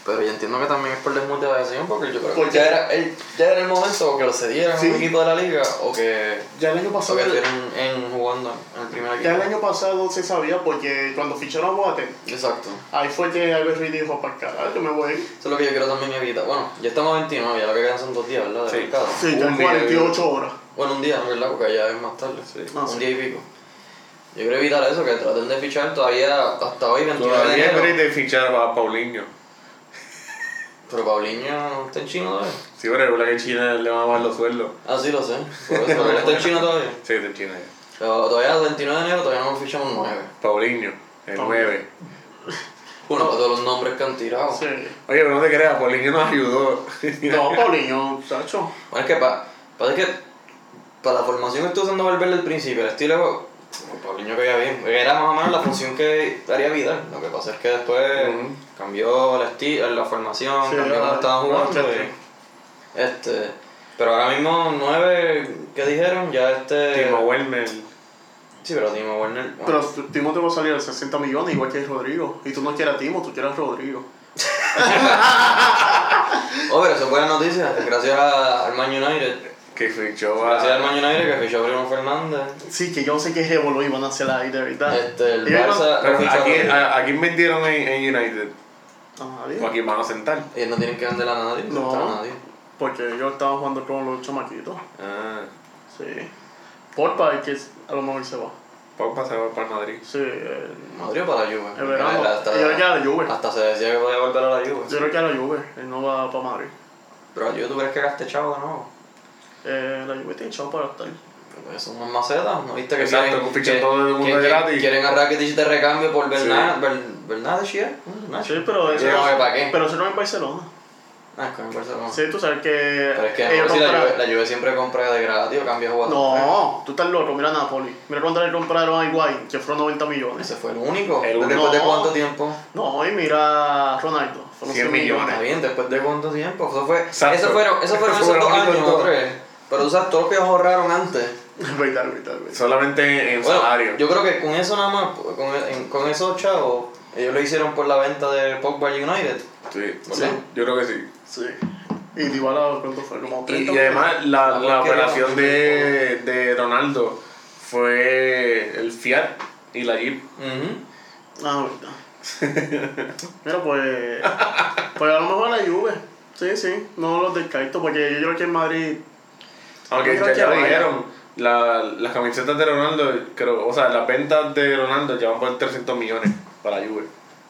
Speaker 2: Pero yo entiendo que también es por desmotivación, porque yo creo que
Speaker 3: Porque-
Speaker 2: ya era, él- ya era el momento o que lo cedieran
Speaker 3: Sí.
Speaker 2: a un equipo de la liga o que,
Speaker 3: Ya el año
Speaker 2: o
Speaker 3: pasado.
Speaker 2: que estuvieran en, jugando en el primer equipo.
Speaker 3: Ya el año pasado se sabía porque cuando ficharon a Boateng,
Speaker 2: Exacto.
Speaker 3: ahí fue que Albert Ruiz dijo para acá, yo me voy.
Speaker 2: Eso es lo que yo quiero también evitar. Bueno, ya estamos a 29, ya lo que quedan son dos días, ¿verdad? De
Speaker 1: Sí.
Speaker 2: mercado.
Speaker 3: Sí, ya
Speaker 1: Un
Speaker 3: en
Speaker 1: día,
Speaker 3: 48 horas.
Speaker 2: Bueno, un día, ¿no? ¿verdad? Porque ya es más tarde.
Speaker 1: Sí.
Speaker 3: Ah,
Speaker 2: un
Speaker 3: sí.
Speaker 2: día y pico. Yo quiero evitar eso, que traten de fichar todavía hasta hoy, 29 de
Speaker 1: Todavía
Speaker 2: enero.
Speaker 1: debería de fichar a Paulinho.
Speaker 2: Pero Paulinho está en China todavía.
Speaker 1: Sí, pero recuerda que en China le van a bajar los sueldos.
Speaker 2: Ah, sí, lo sé. Por eso, pero está en China todavía.
Speaker 1: Sí, está en China ya.
Speaker 2: Pero todavía el 29 de enero todavía no hemos fichado un 9.
Speaker 1: Paulinho, el
Speaker 3: Paulinho.
Speaker 1: 9.
Speaker 2: Uno de todos los nombres que han tirado.
Speaker 3: Sí.
Speaker 1: Oye, pero no te creas, Paulinho nos ayudó.
Speaker 3: No, Paulinho, chacho.
Speaker 2: Bueno, es que pa- pasa es que para la formación que estuvo usando Valverde al principio, el estilo de juego, pues, Paulinho caía bien. Era más o menos la función que haría Vidal. Lo que pasa es que después
Speaker 1: Ujú.
Speaker 2: cambió la, esti- la formación,
Speaker 3: Sí,
Speaker 2: cambió cómo
Speaker 3: ah,
Speaker 2: estaban jugando. eh.
Speaker 3: bueno,
Speaker 2: y- este, pero ahora mismo, nueve que dijeron, ya este.
Speaker 1: Timo Werner.
Speaker 2: Sí, pero Timo Werner. bueno,
Speaker 3: Pero Timo te va a salir a 60 millones igual que Rodrigo. Y tú no quieres a Timo, tú quieres a Rodrigo.
Speaker 2: Oh, pero eso fue la noticia. Gracias a- al Man United.
Speaker 1: Que fichó a.
Speaker 2: Gracias al Man United que fichó a Bruno Fernández.
Speaker 3: Sí, que yo no sé qué revolú iban a hacer ahí de verdad.
Speaker 2: Este, el
Speaker 3: Iban-
Speaker 2: Barça
Speaker 1: Pero,
Speaker 2: lo fichó a
Speaker 1: ¿a, quién,
Speaker 2: Rodrigo.
Speaker 1: a, a quién vendieron en, en United?
Speaker 3: Ah,
Speaker 1: ¿O a
Speaker 3: bien.
Speaker 1: quién van a sentar?
Speaker 2: Ellos no tienen que vender a nadie. No.
Speaker 3: No.
Speaker 2: están a nadie.
Speaker 3: Porque yo estaba jugando con los chamaquitos.
Speaker 1: Ah,
Speaker 3: Sí. Porpa, es que a lo mejor se va.
Speaker 1: Pogba se va para el Madrid.
Speaker 3: Sí, eh,
Speaker 2: Madrid o para la Juve.
Speaker 3: el verano.
Speaker 2: Porque
Speaker 3: Yo creo que
Speaker 2: Hasta,
Speaker 3: a la Juve.
Speaker 2: hasta se decía que podía volver a la Juve.
Speaker 3: Yo creo que a la Juve. Él no va para Madrid.
Speaker 2: Pero la Juve, ¿tú crees que gaste chavo de nuevo?
Speaker 3: Eh, la Juve tiene echado para gastar.
Speaker 2: Pero Eso no es maceta, ¿no viste que
Speaker 1: Exacto,
Speaker 2: quieren,
Speaker 1: que fichan todo el mundo
Speaker 2: que- que-
Speaker 1: gratis.
Speaker 2: Quieren a Rakitic de recambio por Bernard, Bern- Bernardes, Ah, ¿sí es? Bernardes.
Speaker 3: Sí, pero eso,
Speaker 2: Yo creo que para qué.
Speaker 3: pero eso no es en Barcelona.
Speaker 2: Ah, es con el Barcelona.
Speaker 3: Sí, tú sabes que.
Speaker 2: Pero es que
Speaker 3: ellos
Speaker 2: no, si la,
Speaker 3: compraron-
Speaker 2: Juve, la Juve siempre compra de gratis o cambia jugadores.
Speaker 3: No, tú estás loco, mira Napoli. Mira cuánto le compraron a Higuaín, que fueron 90 millones.
Speaker 2: Ese fue el único.
Speaker 1: El
Speaker 2: ¿Después
Speaker 3: único.
Speaker 2: de cuánto tiempo?
Speaker 3: No, y mira a Ronaldo, fueron
Speaker 1: 100
Speaker 3: 100 millones.
Speaker 2: Está bien, después de cuánto tiempo. Eso fue, eso
Speaker 1: Exacto.
Speaker 2: fueron, eso fueron
Speaker 1: Eso
Speaker 2: esos
Speaker 1: fue lo
Speaker 2: dos
Speaker 1: único
Speaker 2: años
Speaker 1: de
Speaker 2: o
Speaker 1: todo.
Speaker 2: tres. Pero tú sabes todo lo que ellos ahorraron antes.
Speaker 3: verdad, verdad, verdad.
Speaker 1: Solamente en
Speaker 2: Bueno,
Speaker 1: salario.
Speaker 2: yo creo que con eso nada más, con, en- con esos chavos, ellos lo hicieron por la venta de Pogba al United.
Speaker 1: Sí,
Speaker 2: Sí.
Speaker 1: yo creo que sí.
Speaker 3: Sí. Y Dybala, ¿cuánto fue? Como
Speaker 1: Y,
Speaker 3: 30
Speaker 1: y además, la,
Speaker 2: Ah,
Speaker 1: la
Speaker 2: porque
Speaker 1: operación
Speaker 2: era-
Speaker 1: de, de Ronaldo fue el Fiat y la Jeep.
Speaker 2: Ujú.
Speaker 3: Ah, verdad. mira, pues. Pues a lo mejor la Juve. Sí, sí, no los descarto, porque yo creo que en Madrid.
Speaker 1: Aunque
Speaker 3: Yo
Speaker 1: ya, ya
Speaker 3: creo que
Speaker 1: lo
Speaker 3: vaya.
Speaker 1: dijeron, la- las camisetas de Ronaldo, creo, o sea, las ventas de Ronaldo ya van por 300 millones para la Juve.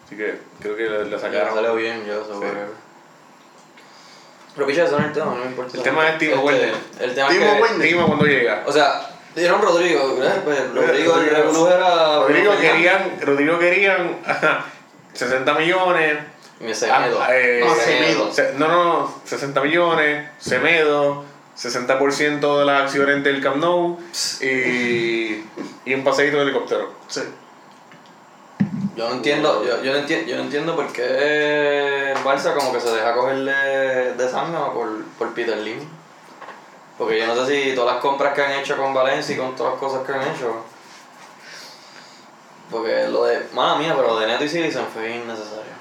Speaker 1: Así que creo que le, le
Speaker 2: Ya
Speaker 1: sacaron.
Speaker 2: salió bien, yo eso,
Speaker 1: Sí.
Speaker 2: whatever. Pero picha, eso no es el tema, no me importa.
Speaker 1: El tema es Timo
Speaker 2: Este,
Speaker 1: Werner.
Speaker 2: El tema es
Speaker 3: Timo
Speaker 2: que-
Speaker 3: Werner.
Speaker 1: Dime cuando llega.
Speaker 2: O sea, dieron Rodrigo, ¿verdad? Pues Rodrigo, el
Speaker 1: Rodrigo.
Speaker 2: revolú era...
Speaker 1: Rodrigo querían, Rodrigo querían 60 millones.
Speaker 2: Me
Speaker 1: Ah, eh,
Speaker 3: No, Semedo.
Speaker 2: Semedo.
Speaker 1: se- no, no, no, 60 millones, Semedo, 60% de las acciones del Camp Nou y, y un paseíto de helicóptero.
Speaker 3: Sí.
Speaker 2: Yo no entiendo, yo, yo no entiendo, yo no entiendo por qué el Barça como que se deja cogerle de sangre por, por Peter Lim. Porque yo no sé si todas las compras que han hecho con Valencia y con todas las cosas que han hecho. Porque lo de. Mala mía, pero lo de Neto y Silicen fue innecesario.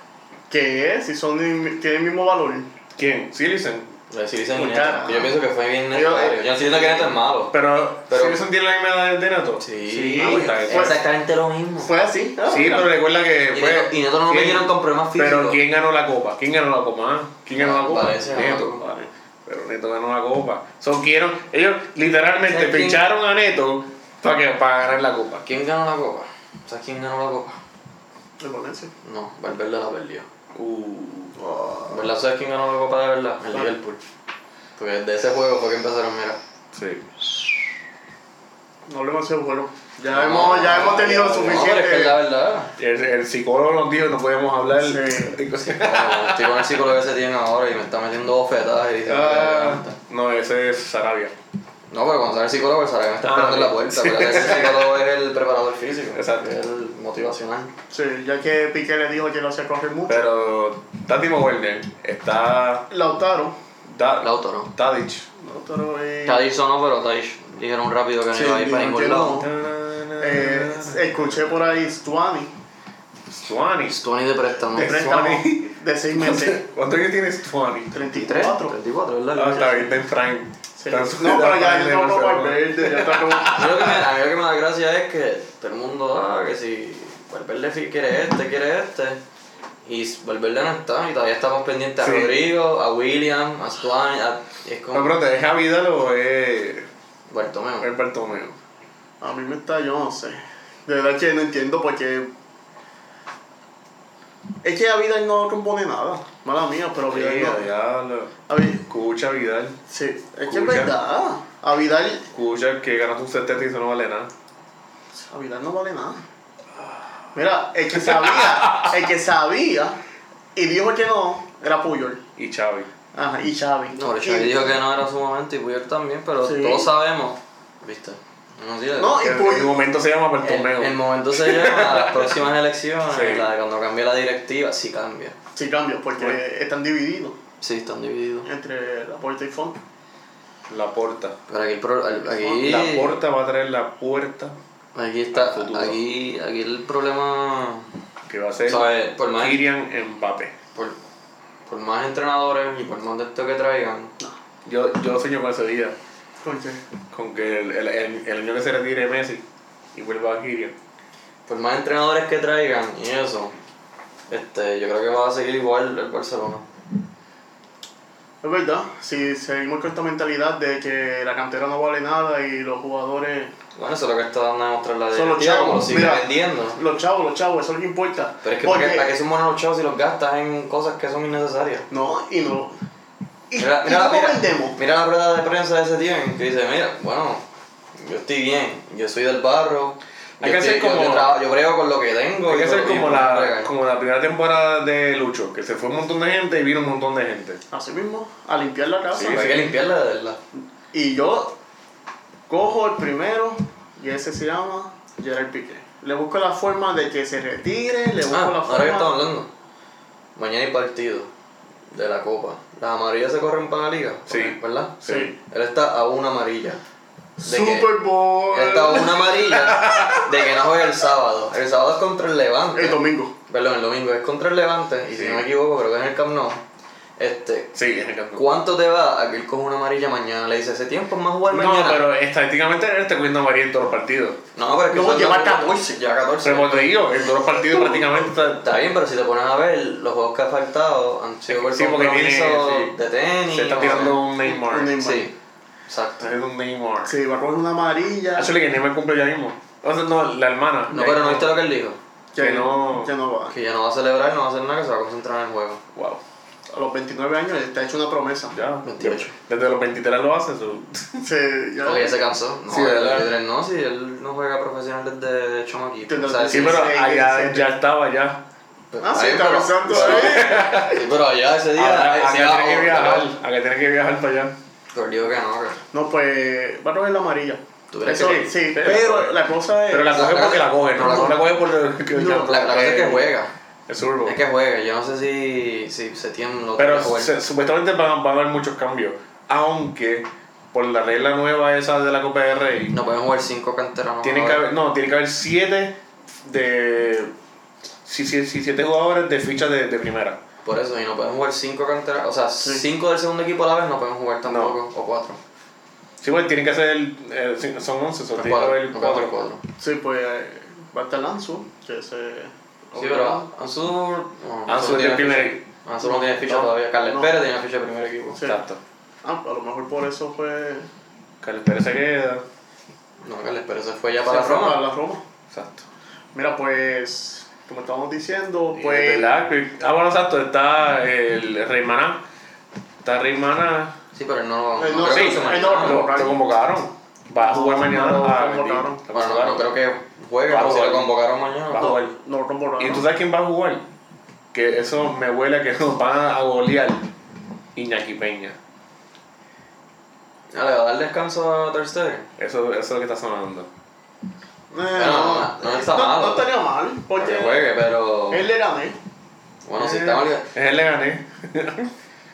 Speaker 3: ¿Qué es? Si son del- tienen el mismo valor.
Speaker 1: ¿Quién? Silicen.
Speaker 2: Lo de Silicen y
Speaker 3: Muy
Speaker 2: Neto.
Speaker 3: cara.
Speaker 2: Yo pienso que fue bien
Speaker 3: Yo-
Speaker 2: necesario. Yo, no estoy diciendo que Neto es malo.
Speaker 1: Pero,
Speaker 2: Pero-
Speaker 1: ¿Silicen tiene la misma edad de Neto?
Speaker 2: Sí,
Speaker 1: Ah, pues está bien.
Speaker 2: exactamente lo mismo.
Speaker 3: Fue así. ¿ah?
Speaker 1: Sí, pero recuerda que
Speaker 2: Y
Speaker 1: fue.
Speaker 2: Neto- y Neto no lo
Speaker 1: ¿quién-
Speaker 2: metieron con problemas
Speaker 1: Pero
Speaker 2: físicos.
Speaker 1: ¿quién ganó la copa? ¿Quién ganó la copa? ah? ¿Quién ganó la copa?
Speaker 3: ah,
Speaker 2: Valencia ganó la
Speaker 1: Neto,
Speaker 2: copa.
Speaker 1: vale. Pero Neto ganó la copa. Son quiero, ellos literalmente
Speaker 2: ¿Sabes quién?
Speaker 1: pincharon a Neto para que para ganar la copa.
Speaker 2: ¿Quién ganó la copa? ¿Sabes quién ganó la copa?
Speaker 3: El Valencia.
Speaker 2: No, Valverde la perdió.
Speaker 1: Uh,
Speaker 2: ¿Verdad? ¿Sabes quién ganó la copa de verdad? El Liverpool. Porque de ese juego fue que empezaron, mira.
Speaker 1: sí.
Speaker 3: No hablemos de ese juego. Ya,
Speaker 2: No,
Speaker 3: hemos, ya hemos tenido
Speaker 2: no,
Speaker 3: suficiente.
Speaker 2: pero es que es la verdad.
Speaker 1: El, Ah, el psicólogo nos dijo que no podemos hablar
Speaker 3: Sí.
Speaker 1: de cosas.
Speaker 2: No, estoy con el psicólogo que se tiene ahora y me está metiendo bofetadas y diciendo que me
Speaker 1: Ah,
Speaker 2: levanta.
Speaker 1: no, ese es Sarabia.
Speaker 2: No, pero cuando sale el psicólogo, el Sarabia me está
Speaker 1: Ah,
Speaker 2: esperando en la
Speaker 1: ok.
Speaker 2: puerta. Pero el psicólogo es el preparador físico.
Speaker 1: Exacto.
Speaker 2: Es el motivacional.
Speaker 3: Sí, ya que Piqué le dijo que lo hacía correr mucho.
Speaker 1: Pero Tati Werner está.
Speaker 3: Lautaro.
Speaker 1: Da,
Speaker 2: Lauto, ¿no?
Speaker 1: Tadic.
Speaker 3: Lautaro eh, es...
Speaker 2: Tadish no, pero Tadish dijeron rápido que no
Speaker 3: Sí,
Speaker 2: iba a ir para
Speaker 3: dijeron
Speaker 2: ningún
Speaker 3: que
Speaker 2: lado.
Speaker 3: no. Eh, escuché por ahí Stuani.
Speaker 1: Stuani.
Speaker 2: Tony de préstamo.
Speaker 1: De
Speaker 3: préstamo
Speaker 1: Stuani.
Speaker 3: de seis meses.
Speaker 1: ¿Cuánto años tiene Stuani?
Speaker 3: 34.
Speaker 2: 34,
Speaker 1: Ah,
Speaker 2: ¿verdad?
Speaker 1: está bien, está en Frank.
Speaker 3: Sí.
Speaker 1: Está en su-
Speaker 3: No, pero ya
Speaker 1: está
Speaker 3: yo
Speaker 1: en
Speaker 3: tengo
Speaker 1: Barcelona.
Speaker 3: como Valverde, ya está como...
Speaker 2: A mí, lo que me, a mí lo que me da gracia es que todo el mundo, ah, que si Valverde fi- quiere este, quiere este. Y Valverde no está, y todavía estamos pendientes
Speaker 1: Sí.
Speaker 2: a Rodrigo, a William, a Swan, a, es como
Speaker 1: No, pero te deja Vidal o es,
Speaker 2: Bartomeu.
Speaker 1: es Bartomeu.
Speaker 3: A mí me está, yo no sé. De verdad que no entiendo porque. Es que a Vidal no compone nada. Mala mía, pero
Speaker 1: Sí,
Speaker 3: Vidal no.
Speaker 1: diablo.
Speaker 3: A Vi-
Speaker 1: Escucha, Vidal.
Speaker 3: sí, es que es
Speaker 1: Escucha.
Speaker 3: verdad. A Vidal,
Speaker 1: Escucha que ganaste un 70 y eso no vale nada.
Speaker 3: a Vidal no vale nada. Mira, el que sabía, el que sabía y dijo que no, era Puyol.
Speaker 1: Y Xavi.
Speaker 3: Ajá, y Xavi.
Speaker 2: No, pero
Speaker 3: Y-
Speaker 2: Xavi dijo que no era su momento y Puyol también, pero
Speaker 3: Sí.
Speaker 2: todos sabemos, ¿viste? No, sirve.
Speaker 3: No, y
Speaker 1: Que En
Speaker 3: Puyol-
Speaker 1: el momento se llama
Speaker 2: el,
Speaker 1: Bartomeu.
Speaker 2: el momento se llama a las próximas elecciones,
Speaker 1: Sí.
Speaker 2: la de cuando cambie la directiva, sí cambia.
Speaker 3: Sí, cambio, porque
Speaker 1: Bueno.
Speaker 3: están divididos
Speaker 2: Sí, están divididos.
Speaker 3: entre la puerta y fondo.
Speaker 1: La Porta.
Speaker 2: Pero aquí, el pro- el- aquí
Speaker 1: La Porta va a traer la puerta
Speaker 2: Aquí está,
Speaker 1: Al futuro.
Speaker 2: aquí, aquí el problema,
Speaker 1: que va a ser
Speaker 2: ¿sabes? Por más,
Speaker 1: Kylian Mbappé.
Speaker 2: por, por más entrenadores y por más de esto que traigan,
Speaker 1: Yo, yo sueño con ese día.
Speaker 3: ¿Con qué?
Speaker 1: Con que el, el, el- el año que se retire Messi y vuelva a Kylian.
Speaker 2: por más entrenadores que traigan y eso, este, yo creo que va a seguir igual el Barcelona.
Speaker 3: Es verdad, si seguimos con esta mentalidad de que la cantera no vale nada y los jugadores,
Speaker 2: Bueno, eso es lo que está dando a demostrar la
Speaker 3: Son los
Speaker 2: directiva, como lo
Speaker 3: chavos,
Speaker 2: sigue
Speaker 3: mira.
Speaker 2: vendiendo.
Speaker 3: los chavos, los chavos, eso es lo que importa.
Speaker 2: Pero es que
Speaker 3: Porque-
Speaker 2: ¿para qué- para qué son buenos los chavos si los gastas en cosas que son innecesarias?
Speaker 3: No, y no. Y,
Speaker 2: Mira,
Speaker 3: y
Speaker 2: mira,
Speaker 3: no
Speaker 2: mira,
Speaker 3: vendemos.
Speaker 2: mira la rueda de prensa de ese tío en que dice, mira, bueno, yo estoy bien, yo soy del barro,
Speaker 1: Hay
Speaker 2: yo,
Speaker 1: que
Speaker 2: estoy-
Speaker 1: hacer
Speaker 2: yo- yo
Speaker 1: como-
Speaker 2: trabajo- yo brego con lo que tengo.
Speaker 1: Hay que
Speaker 2: y
Speaker 1: hacer
Speaker 2: con- y
Speaker 1: como
Speaker 2: con lo que
Speaker 1: la,
Speaker 2: traigan".
Speaker 1: como la primera temporada de Lucho, que se fue un montón de gente y vino un montón de gente.
Speaker 3: Así mismo, a limpiar la casa.
Speaker 2: Sí, hay que limpiarla de verdad.
Speaker 3: Y yo cojo el primero, y ese se llama Gerard Piqué. Le busco la forma de que se retire, le busco
Speaker 2: Ah,
Speaker 3: la
Speaker 2: ahora que estamos
Speaker 3: forma.
Speaker 2: hablando. Mañana hay partido de la Copa. Las amarillas se corren para la liga.
Speaker 1: Sí.
Speaker 2: ¿Verdad?
Speaker 3: Sí.
Speaker 2: Él está a una amarilla. De que-
Speaker 3: Super Bowl.
Speaker 2: Él está a una amarilla de que no juegue el sábado. El sábado es contra el Levante.
Speaker 3: El domingo.
Speaker 2: Perdón, el domingo es contra el Levante. Y
Speaker 1: Sí.
Speaker 2: si no me equivoco, creo que es en el Camp Nou. Este,
Speaker 1: Sí, en el campeón.
Speaker 2: ¿Cuánto te va a que él coja una amarilla mañana? Le dice, ese tiempo es más jugar
Speaker 1: No,
Speaker 2: mañana.
Speaker 1: pero estadísticamente este él está cogiendo amarillo en todos los partidos.
Speaker 2: no, pero es que
Speaker 3: No,
Speaker 2: eso es
Speaker 3: lleva
Speaker 2: lo-
Speaker 3: 14.
Speaker 2: Lleva 14.
Speaker 1: Pero como te digo, en todos los partidos prácticamente está-
Speaker 2: Está bien, pero si te pones a ver, los juegos que ha faltado han sido por
Speaker 1: Sí, porque tiene-
Speaker 2: compromiso
Speaker 1: sí.
Speaker 2: de tenis.
Speaker 1: se está
Speaker 2: o-
Speaker 1: tirando un Neymar.
Speaker 3: Un Neymar.
Speaker 2: Sí, exacto.
Speaker 1: Está haciendo un Neymar.
Speaker 3: Se va a coger una amarilla.
Speaker 1: Actually, que Neymar cumple ya mismo. O sea, no, la hermana.
Speaker 2: No,
Speaker 1: Ya
Speaker 2: pero
Speaker 1: mismo.
Speaker 2: no viste lo que él dijo.
Speaker 1: que no-
Speaker 3: Que no va.
Speaker 2: Que ya no va a celebrar, no va a hacer nada, que se va a concentrar en el juego.
Speaker 1: Wow.
Speaker 3: A los 29 años está hecho una promesa.
Speaker 1: Ya.
Speaker 2: 28.
Speaker 1: Desde los 23 lo hace. so-
Speaker 3: Se, ya.
Speaker 2: Porque ya se cansó. No,
Speaker 1: Sí,
Speaker 2: el
Speaker 1: ¿verdad?
Speaker 2: líder no, si él no juega profesional desde chamaquito.
Speaker 3: Tendrá
Speaker 2: O sea,
Speaker 1: Sí,
Speaker 3: Sí,
Speaker 1: pero
Speaker 3: sí,
Speaker 1: allá
Speaker 3: sí, sí.
Speaker 1: ya estaba ya.
Speaker 3: Ah, sí,
Speaker 2: está
Speaker 3: está
Speaker 2: bien,
Speaker 3: besando
Speaker 2: pero-
Speaker 3: ahí.
Speaker 2: Sí, pero allá ese día.
Speaker 1: Ahora,
Speaker 2: eh,
Speaker 1: Acá
Speaker 2: se va
Speaker 1: tiene que
Speaker 2: a-
Speaker 1: viajar. Acá tiene que viajar para allá.
Speaker 2: Pero digo que no, que-
Speaker 3: No, pues va a coger la amarilla.
Speaker 2: ¿Tú crees
Speaker 3: Eso-
Speaker 1: que sí?
Speaker 3: sí?
Speaker 1: Sí,
Speaker 3: pero la cosa es.
Speaker 1: Pero la
Speaker 2: la-
Speaker 1: coge
Speaker 2: la-
Speaker 1: porque la coge,
Speaker 2: no,
Speaker 1: no, no la coge porque que-
Speaker 2: La, la cosa es que
Speaker 1: eh,
Speaker 2: juega.
Speaker 1: El Super Bowl.
Speaker 2: Es que juega. Yo no sé si, si se tiene.
Speaker 1: Pero se- supuestamente van, van a haber muchos cambios. Aunque por la regla nueva esa de la Copa del Rey,
Speaker 2: No pueden jugar cinco canteranos.
Speaker 1: tienen que
Speaker 2: ahora.
Speaker 1: haber, no, tiene que haber siete de si, si, si siete jugadores de ficha de, de primera.
Speaker 2: Por eso, y no pueden jugar cinco canteranos. O sea,
Speaker 3: Sí.
Speaker 2: cinco del segundo equipo a la vez no pueden jugar tampoco. O cuatro.
Speaker 1: Sí, pues tienen que hacer, eh, sí, son 11, son tiene que haber
Speaker 2: no pueden
Speaker 1: cuatro.
Speaker 2: jugar cuatro.
Speaker 3: Sí, pues eh, va a estar Lanzu, que se.
Speaker 2: Sí, pero Ansu. no,
Speaker 1: Ansu
Speaker 2: no
Speaker 1: es del
Speaker 2: tiene
Speaker 1: primer
Speaker 2: ficha. Ansu no
Speaker 3: No,
Speaker 2: tiene ficha
Speaker 3: no,
Speaker 2: todavía. Carles
Speaker 3: no.
Speaker 2: Pérez tiene ficha de primer equipo.
Speaker 3: Sí.
Speaker 1: Exacto.
Speaker 3: Ah, a lo mejor por eso pues, fue.
Speaker 1: Carlos Pérez se queda.
Speaker 2: No, Carles Pérez se fue ya
Speaker 3: se
Speaker 2: para
Speaker 3: fue
Speaker 2: Roma.
Speaker 3: la Roma.
Speaker 1: Exacto.
Speaker 3: Mira, pues. Como estábamos diciendo,
Speaker 1: Y,
Speaker 3: pues.
Speaker 1: ¿verdad? Ah, bueno, exacto, está el Rey Maná. Está Rey Maná.
Speaker 2: Sí, pero él no.
Speaker 3: Él no-
Speaker 2: creo que
Speaker 3: sí,
Speaker 2: se
Speaker 3: él no-
Speaker 2: mañana.
Speaker 1: Lo, lo convocaron. Va a jugar
Speaker 3: No,
Speaker 1: mañana.
Speaker 3: no lo
Speaker 1: a-
Speaker 3: convocaron.
Speaker 1: lo
Speaker 2: Bueno, no, no creo que juegue,
Speaker 1: Va a
Speaker 2: pero si
Speaker 1: jugar.
Speaker 2: lo convocaron mañana.
Speaker 1: Va a jugar.
Speaker 3: No, no, no,
Speaker 1: ¿Y tú sabes quién va a jugar? Que eso me huele a que nos van a golear Iñaki Peña.
Speaker 2: Ah, le va a dar descanso a Ter Stegen.
Speaker 1: Eso, eso es lo que está sonando.
Speaker 2: no, no está
Speaker 3: no,
Speaker 2: malo.
Speaker 3: no estaría mal,
Speaker 2: Que
Speaker 3: porque
Speaker 2: juegue, pero.
Speaker 3: él le gané.
Speaker 2: Bueno, si está mal.
Speaker 1: Es el Leganés.
Speaker 2: Pero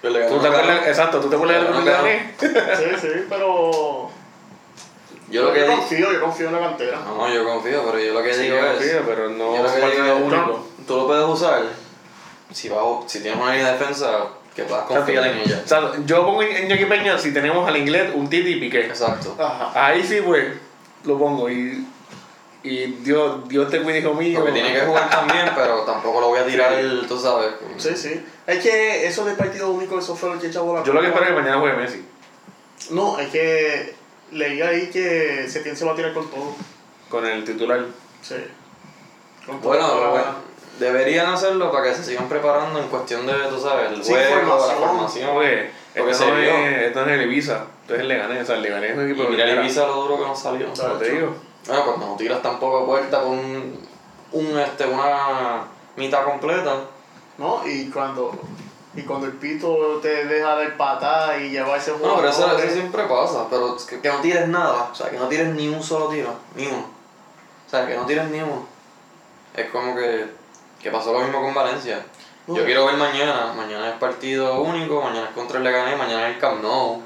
Speaker 2: Pues le ganó
Speaker 1: ¿Tú te
Speaker 2: a
Speaker 1: acuerdas? Exacto, ¿tú te acuerdas del
Speaker 2: Claro,
Speaker 1: Leganés?
Speaker 3: Sí, sí, pero.
Speaker 2: Yo lo que
Speaker 3: yo
Speaker 2: digo.
Speaker 3: confío, yo confío en la cantera.
Speaker 2: No, yo confío, pero yo lo que
Speaker 1: Sí,
Speaker 2: digo
Speaker 1: yo
Speaker 2: es.
Speaker 1: confío, pero no es
Speaker 2: yo lo que digo
Speaker 1: partido
Speaker 2: es,
Speaker 1: único.
Speaker 2: Tú lo puedes usar si, va, si tienes una línea de defensa que puedas confiar en ella.
Speaker 1: O sea, yo pongo a Iñaki Peña si tenemos al inglés un Titi y Piqué.
Speaker 2: Exacto.
Speaker 3: Ajá.
Speaker 1: Ahí sí, pues, lo pongo. Y, y Dios, Dios te cuide, hijo mío.
Speaker 2: Porque tiene que jugar también, pero tampoco lo voy a tirar el, tú sabes.
Speaker 3: Sí, sí. Es que eso de partido único, eso fue lo que echaba la
Speaker 1: Yo lo que espero es
Speaker 3: culpa.
Speaker 1: que mañana juegue Messi.
Speaker 3: No, es que leí ahí que Setién se va a tirar con todo.
Speaker 1: Con el titular.
Speaker 3: Sí. Con todo
Speaker 2: Bueno,
Speaker 3: para-
Speaker 2: bueno, deberían hacerlo para que se sigan preparando en cuestión de, tú sabes, el
Speaker 3: Sí,
Speaker 2: juego, la
Speaker 3: formación.
Speaker 1: No,
Speaker 2: formación.
Speaker 1: porque esto,
Speaker 2: Porque se
Speaker 1: no
Speaker 2: vio.
Speaker 1: es, esto no es el Ibiza, esto es el Leganés. O sea, el Leganés es un
Speaker 2: Y
Speaker 1: equipo
Speaker 2: mira el
Speaker 1: primera.
Speaker 2: Ibiza lo duro que nos salió.
Speaker 1: Como te digo.
Speaker 2: Bueno, pues no tiras tampoco a puerta con un, un, este, una mitad completa.
Speaker 3: ¿No? Y cuando, y cuando el pito te deja de patada y lleva ese
Speaker 2: No,
Speaker 3: jugador.
Speaker 2: pero eso, eso siempre pasa, pero es que, que no tires nada, o sea, que no tires ni un solo tiro, ni uno. O sea, que no tires ni uno. Es como que, que pasó lo mismo con Valencia. Yo
Speaker 3: Uy.
Speaker 2: quiero ver mañana, mañana es partido único, mañana es contra el Leganés, mañana es el Camp Nou. O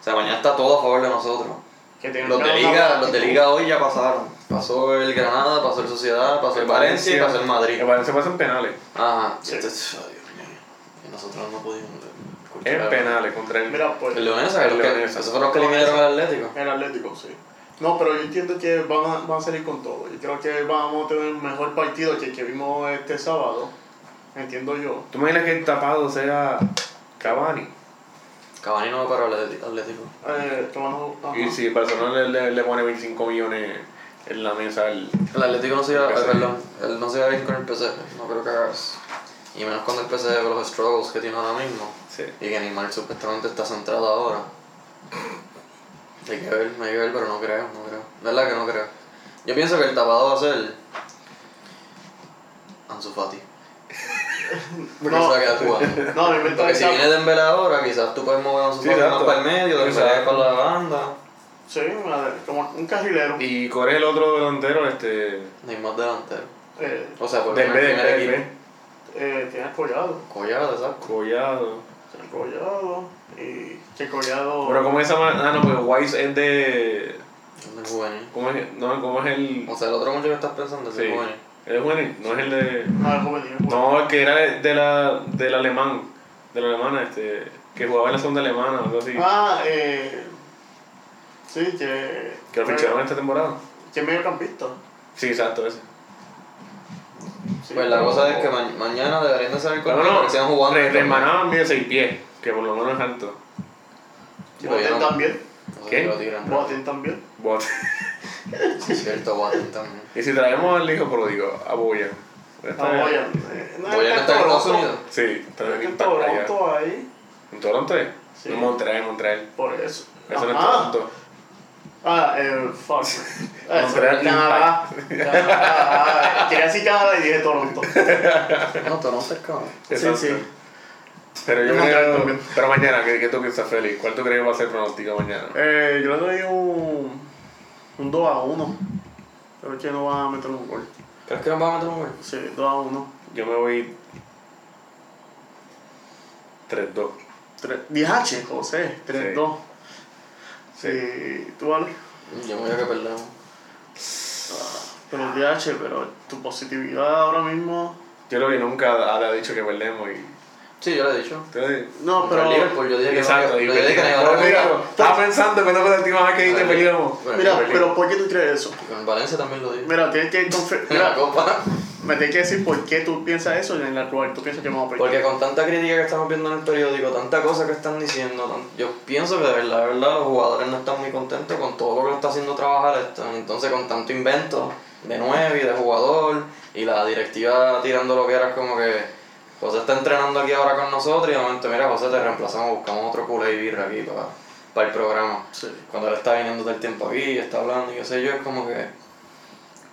Speaker 2: sea, mañana está todo a favor de nosotros.
Speaker 3: que tiene
Speaker 2: Los
Speaker 3: que
Speaker 2: de
Speaker 3: dar una
Speaker 2: Liga,
Speaker 3: buena
Speaker 2: los de
Speaker 3: actitud.
Speaker 2: Liga hoy ya pasaron. Pasó el Granada, pasó el Sociedad, pasó el Valencia y pasó el Madrid.
Speaker 1: El Valencia pasa en penales.
Speaker 2: Ajá.
Speaker 3: Sí.
Speaker 2: Entonces, ay, Dios mío. Y nosotros no pudimos.
Speaker 1: En
Speaker 2: cultural.
Speaker 1: penales contra el.
Speaker 3: Mira, pues.
Speaker 2: El Leonesa, que
Speaker 1: El
Speaker 2: los que-
Speaker 1: Leonesa.
Speaker 2: esos fueron los que eliminaron al Atlético.
Speaker 3: El Atlético, sí. No, pero yo entiendo que van a, van a salir con todo. Yo creo que vamos a tener un mejor partido que el que vimos este sábado. Entiendo yo.
Speaker 1: ¿Tú imaginas que el tapado sea Cavani?
Speaker 2: Cavani no va para el Atleti- Atlético.
Speaker 3: Eh, tomando- ajá.
Speaker 1: Y si el Barcelona le, le, le pone 25 millones en la mesa al.
Speaker 2: El Atlético no se iba, eh,
Speaker 1: El PSG.
Speaker 2: perdón, él no se iba bien con el PSG. No creo que hagas. Y menos cuando el PSG ve los struggles que tiene ahora mismo.
Speaker 1: Sí.
Speaker 2: Y que Neymar supuestamente está centrado ahora. Hay que ver, hay que ver, pero no creo, no creo. ¿Verdad que no creo? Yo pienso que el tapado va a ser. Ansu Fati. Porque
Speaker 3: No.
Speaker 2: se va a quedar jugando.
Speaker 3: No, me invento
Speaker 2: Porque si
Speaker 3: esa-
Speaker 2: viene Dembélé ahora, quizás tú puedes mover a Ansu
Speaker 1: Sí,
Speaker 2: Fati más
Speaker 1: exacto.
Speaker 2: para el medio, Dembélé
Speaker 1: Exacto.
Speaker 2: con la banda.
Speaker 3: Sí, a ver, como un carrilero.
Speaker 1: ¿Y cuál es el otro delantero? Este.
Speaker 2: Neymar delantero.
Speaker 3: Eh,
Speaker 2: O sea, por
Speaker 1: Del B,
Speaker 2: el primer
Speaker 1: del
Speaker 2: equipo.
Speaker 1: B.
Speaker 3: eh, tiene collado.
Speaker 2: Collado, exacto.
Speaker 1: Collado.
Speaker 3: Tiene collado. Y que collado.
Speaker 1: Pero ¿cómo es esa man- Ah, no, pues Wise es de.
Speaker 2: Es del juvenil.
Speaker 1: ¿Cómo es, no, ¿cómo es el.?
Speaker 2: O sea, el otro muchacho que estás pensando es
Speaker 1: Sí.
Speaker 2: el juvenil.
Speaker 1: ¿El juvenil? No es el de.
Speaker 3: No, Ah, es juvenil. es
Speaker 1: No, el que era de- de la, del alemán. De la alemana, este. Que jugaba en la segunda alemana, algo así.
Speaker 3: juvenil. Ah, eh. Sí, que.
Speaker 1: Que lo ficharon esta temporada.
Speaker 3: Que es mediocampista.
Speaker 1: Sí, exacto, ese.
Speaker 3: Sí,
Speaker 2: Pues la
Speaker 3: pero-
Speaker 2: cosa es que ma- mañana deberían de salir con
Speaker 1: Pero
Speaker 2: para
Speaker 1: no,
Speaker 2: que sigan jugando.
Speaker 1: Re, remanaban medio seis pies, que por lo menos es alto.
Speaker 2: Sí, pero yo
Speaker 3: Boateng
Speaker 2: no-
Speaker 3: también.
Speaker 2: No sé
Speaker 1: ¿Qué?
Speaker 2: si lo tiran.
Speaker 3: Boateng también.
Speaker 1: Bot.
Speaker 2: Sí, Es cierto, Boateng también.
Speaker 1: y si traemos al hijo pródigo, a Boyan.
Speaker 3: No, Boyan. Eh, no,
Speaker 2: Boyan
Speaker 3: está
Speaker 2: está en
Speaker 3: Toronto.
Speaker 2: Estados Unidos.
Speaker 1: Sí,
Speaker 3: Está
Speaker 1: traemos
Speaker 3: Ah, en
Speaker 1: para allá.
Speaker 3: Toronto ahí.
Speaker 1: ¿En Toronto es?
Speaker 3: Sí.
Speaker 1: No, Montreal, Montreal.
Speaker 3: Por eso.
Speaker 1: Eso no es
Speaker 3: Ajá.
Speaker 1: Toronto.
Speaker 3: Ah, eh, fuck. Ah, eso
Speaker 1: Montreal
Speaker 3: era Canadá. Canadá. Ah, Quería decir Canadá y dije Toronto.
Speaker 2: No, Toronto es cabrón.
Speaker 1: Exacto.
Speaker 3: Sí, sí.
Speaker 1: Pero yo
Speaker 3: En Montreal
Speaker 1: creo-
Speaker 3: también.
Speaker 1: Pero mañana, ¿qué, qué tú piensas, Félix? ¿Cuál tú crees que va a ser el pronóstico mañana?
Speaker 3: Eh, yo le doy un, un 2 a 1. Creo que no va a meter un gol.
Speaker 2: ¿Crees que nos van a meter un gol?
Speaker 3: Sí, 2 a 1.
Speaker 1: Yo me voy 3-2.
Speaker 3: 3, 10H, José, 3 2.
Speaker 1: Sí.
Speaker 3: Y tú, Ale.
Speaker 2: Yo me voy a que perdemos.
Speaker 3: Pero DH, pero tu positividad ahora mismo.
Speaker 1: Yo creo que nunca Ale ha dicho que perdemos y.
Speaker 2: Sí, yo lo he dicho.
Speaker 1: Entonces,
Speaker 3: No,
Speaker 2: Contra
Speaker 3: pero.
Speaker 2: el Liverpool, Pues yo dije que
Speaker 1: Exacto,
Speaker 2: no,
Speaker 1: y
Speaker 2: yo dije que no iba a
Speaker 1: perdimos.
Speaker 2: ganar.
Speaker 1: Mira, Estaba pensando que no fue la última vez que dije
Speaker 2: Bueno,
Speaker 1: perdíamos.
Speaker 2: bueno,
Speaker 3: Mira,
Speaker 1: Perdimos.
Speaker 3: pero ¿por qué tú crees eso?
Speaker 2: Con Valencia también lo dije.
Speaker 3: Mira, tienes que confe-
Speaker 2: En la
Speaker 3: Mira,
Speaker 2: copa.
Speaker 3: me tienes que decir por qué tú piensas eso y en la cual tú piensas que vamos a perder.
Speaker 2: Porque con tanta crítica que estamos viendo en el periódico, tanta cosa que están diciendo, tan- yo pienso que de verdad, de verdad, los jugadores no están muy contentos con todo lo que lo está haciendo trabajar esto. Entonces, con tanto invento de nueve y de jugador, y la directiva tirando lo que era como que José está entrenando aquí ahora con nosotros, y de momento, mira, José, te reemplazamos, buscamos otro culé y birra aquí para, para el programa.
Speaker 3: Sí.
Speaker 2: Cuando él está viniendo del tiempo aquí, está hablando, y qué sé yo, es como que.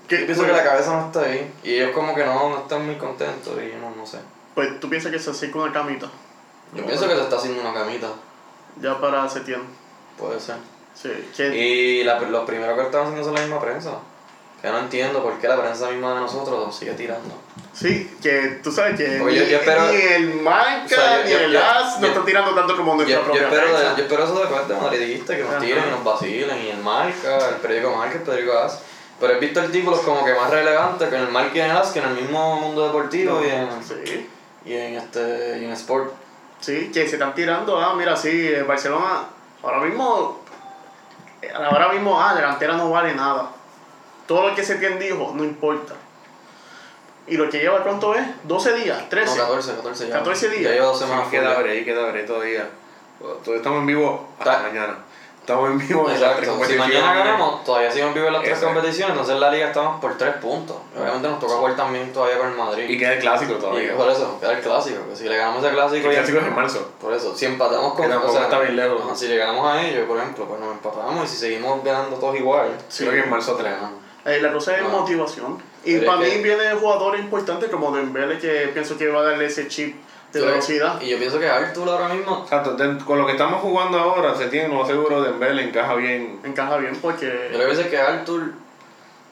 Speaker 3: ¿Qué-
Speaker 2: Yo pienso que la cabeza no está ahí, y ellos como que no, no están muy contentos, y yo no, no sé.
Speaker 3: Pues tú piensas que se hace con una camita.
Speaker 2: Yo pienso que se está haciendo una camita,
Speaker 3: Ya para septiembre.
Speaker 2: puede ser.
Speaker 3: Sí. Que,
Speaker 2: Y la, los primeros que lo están haciendo son la misma prensa. Yo no entiendo por qué la prensa misma de nosotros nos sigue tirando.
Speaker 3: sí, que tú sabes que
Speaker 2: Oye,
Speaker 3: ni,
Speaker 2: yo espero-
Speaker 3: ni el Manca,
Speaker 2: O sea, yo-
Speaker 3: ni
Speaker 2: yo-
Speaker 3: el
Speaker 2: yo-
Speaker 3: As no
Speaker 2: yo-
Speaker 3: están tirando tanto como
Speaker 2: Yo,
Speaker 3: nuestra
Speaker 2: yo
Speaker 3: Pues propia
Speaker 2: espero,
Speaker 3: prensa.
Speaker 2: de- yo espero eso de parte de madridista, que nos
Speaker 3: Ajá.
Speaker 2: tiren y nos vacilen, y el marca, el periódico marca, el periódico as. Pero he visto artículos como que más relevantes que en el marca y en el as, que en el mismo mundo deportivo y en,
Speaker 3: Sí.
Speaker 2: y en, este, y en sport.
Speaker 3: Sí, que se están tirando. Ah, mira, sí, el Barcelona ahora mismo, eh, ahora mismo, ah, delantera no vale nada. Todo lo que Setién dijo no importa. Y lo que lleva, ¿cuánto es? 12 días, 13.
Speaker 2: No, 14, 14 ya.
Speaker 3: 14 días.
Speaker 2: Ya lleva dos semanas
Speaker 1: Queda
Speaker 2: fuera.
Speaker 1: break, queda break todavía. Todavía estamos en vivo hasta
Speaker 2: Ta-
Speaker 1: mañana. Estamos en vivo en las tres
Speaker 2: Exacto. Si
Speaker 1: competiciones.
Speaker 2: mañana ganamos, todavía siguen vivos las tres
Speaker 1: Eso es.
Speaker 2: competiciones, entonces en la liga estamos por tres puntos. Obviamente nos toca jugar también todavía con el Madrid.
Speaker 1: Y queda el clásico todavía.
Speaker 2: Y por eso, queda el clásico. Que si le ganamos el clásico.
Speaker 1: El
Speaker 2: y-
Speaker 1: clásico es en marzo.
Speaker 2: Por eso, si empatamos con.
Speaker 1: Que tampoco está bien lejos.
Speaker 2: ajá, si le ganamos a ellos, por ejemplo, pues nos empatamos y si seguimos ganando todos igual.
Speaker 3: Sí.
Speaker 1: Creo que en marzo
Speaker 2: le
Speaker 1: 3.
Speaker 2: ganamos.
Speaker 3: Eh, la cosa es
Speaker 2: Ah.
Speaker 3: motivación. Y
Speaker 2: Pero
Speaker 3: para mí
Speaker 2: es que-
Speaker 3: viene jugadores importantes como Dembele, que pienso que va a darle ese chip de
Speaker 2: Yo-
Speaker 3: velocidad.
Speaker 2: Y yo pienso que Artur ahora mismo.
Speaker 1: Exacto, de- con lo que estamos jugando ahora, se tiene lo seguro de Dembélé encaja bien.
Speaker 3: Encaja bien porque...
Speaker 2: Yo lo que pienso es que Artur.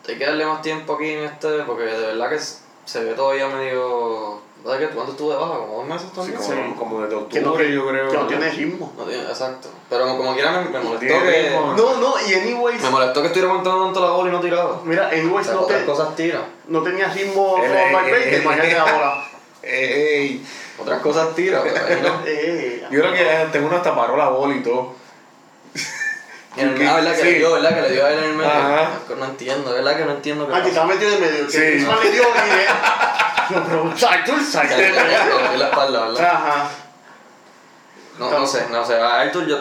Speaker 2: Hay que darle más tiempo aquí en este. Porque de verdad que s- se ve todavía medio. ¿Sabes qué? ¿Cuánto estuvo de baja? ¿Como dos meses
Speaker 1: Sí,
Speaker 2: también?
Speaker 1: como,
Speaker 3: Sí.
Speaker 1: como desde octubre,
Speaker 3: que no,
Speaker 1: yo creo.
Speaker 3: que no tiene ritmo.
Speaker 2: No tiene- exacto. Pero como, como quiera me, me molestó
Speaker 1: tiene
Speaker 2: que.
Speaker 1: ritmo.
Speaker 3: No, no, y anyways...
Speaker 2: Me molestó que estuviera aguantando tanto la bola y no tiraba.
Speaker 3: Mira, anyways no,
Speaker 2: otras
Speaker 3: te-
Speaker 2: cosas tiran.
Speaker 3: no tenía ritmo
Speaker 1: Eh,
Speaker 3: como
Speaker 1: eh,
Speaker 3: Valverde,
Speaker 1: eh,
Speaker 3: imagínate
Speaker 1: eh.
Speaker 3: ahora.
Speaker 1: Ey,
Speaker 2: Otras cosas tiran. pero ahí no.
Speaker 3: Eh,
Speaker 1: yo creo que este uno hasta paró la bola y todo.
Speaker 2: Y el- Ah, ¿verdad? Que
Speaker 1: Sí.
Speaker 2: le dio, ¿verdad? Que le dio a él en el medio.
Speaker 1: Ajá.
Speaker 2: No entiendo, ¿verdad? Que no entiendo que
Speaker 3: Ah, que
Speaker 2: pasa.
Speaker 3: estaba metido en el medio. Que
Speaker 1: Sí.
Speaker 3: Griezmann le dio y eh, Yo, pero salte,
Speaker 2: Que
Speaker 3: salte.
Speaker 2: le- que le dio la espalda, ¿verdad?
Speaker 3: Ajá.
Speaker 2: No, no sé, no sé. A Arthur yo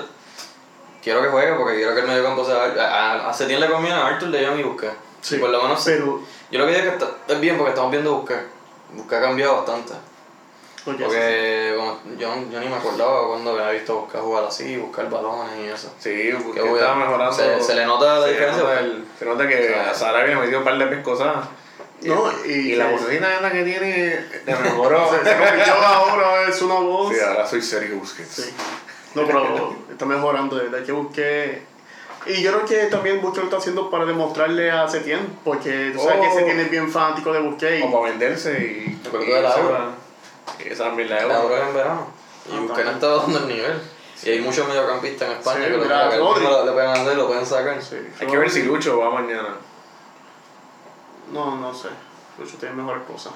Speaker 2: quiero que juegue porque quiero que el medio campo sea... A, a- a Setién le conviene a Arthur le llaman y busqué.
Speaker 3: Sí.
Speaker 2: Por lo menos...
Speaker 3: Pero...
Speaker 2: Yo lo que digo es que está, es bien porque estamos viendo buscar. Buscar ha cambiado bastante.
Speaker 3: Oye,
Speaker 2: Porque como- yo, yo ni me acordaba cuando había visto buscar jugar así, buscar balones y eso.
Speaker 1: Sí, porque
Speaker 2: Que voy a-
Speaker 1: estaba mejorando.
Speaker 2: se- se le nota la
Speaker 1: Se le
Speaker 2: diferencia,
Speaker 1: nota
Speaker 2: pero-
Speaker 1: el- Se nota que
Speaker 2: Claro.
Speaker 1: a Sarabia le metió un par de pescosas.
Speaker 3: No, y,
Speaker 1: Y la bocina esa que tiene le mejoró.
Speaker 3: se, se convirtió ahora, es una voz.
Speaker 1: Sí, ahora soy Sergio Busquets.
Speaker 3: Sí. No, pero está mejorando, de verdad que busqué. Y yo creo que también Busquets lo está haciendo para demostrarle a Setién, porque tú sabes
Speaker 1: Oh.
Speaker 3: que Setién es bien fanático de Busquets.
Speaker 1: O para venderse y.
Speaker 2: Me acuerdo
Speaker 1: y
Speaker 2: de la
Speaker 1: se
Speaker 2: obra.
Speaker 1: va. Esa también la
Speaker 2: La
Speaker 1: obra.
Speaker 2: droga en verano. Y
Speaker 3: Ah,
Speaker 2: Busquets no
Speaker 3: también.
Speaker 2: estaba dando el nivel. Y hay muchos mediocampistas en España
Speaker 3: Sí,
Speaker 2: que lo,
Speaker 3: mira,
Speaker 2: que lo-
Speaker 3: Rodri.
Speaker 2: lo pueden hacer, lo pueden sacar.
Speaker 3: Sí,
Speaker 1: Hay
Speaker 3: yo-
Speaker 1: que ver si Lucho va mañana.
Speaker 3: No, no sé. Lucho tiene mejores cosas.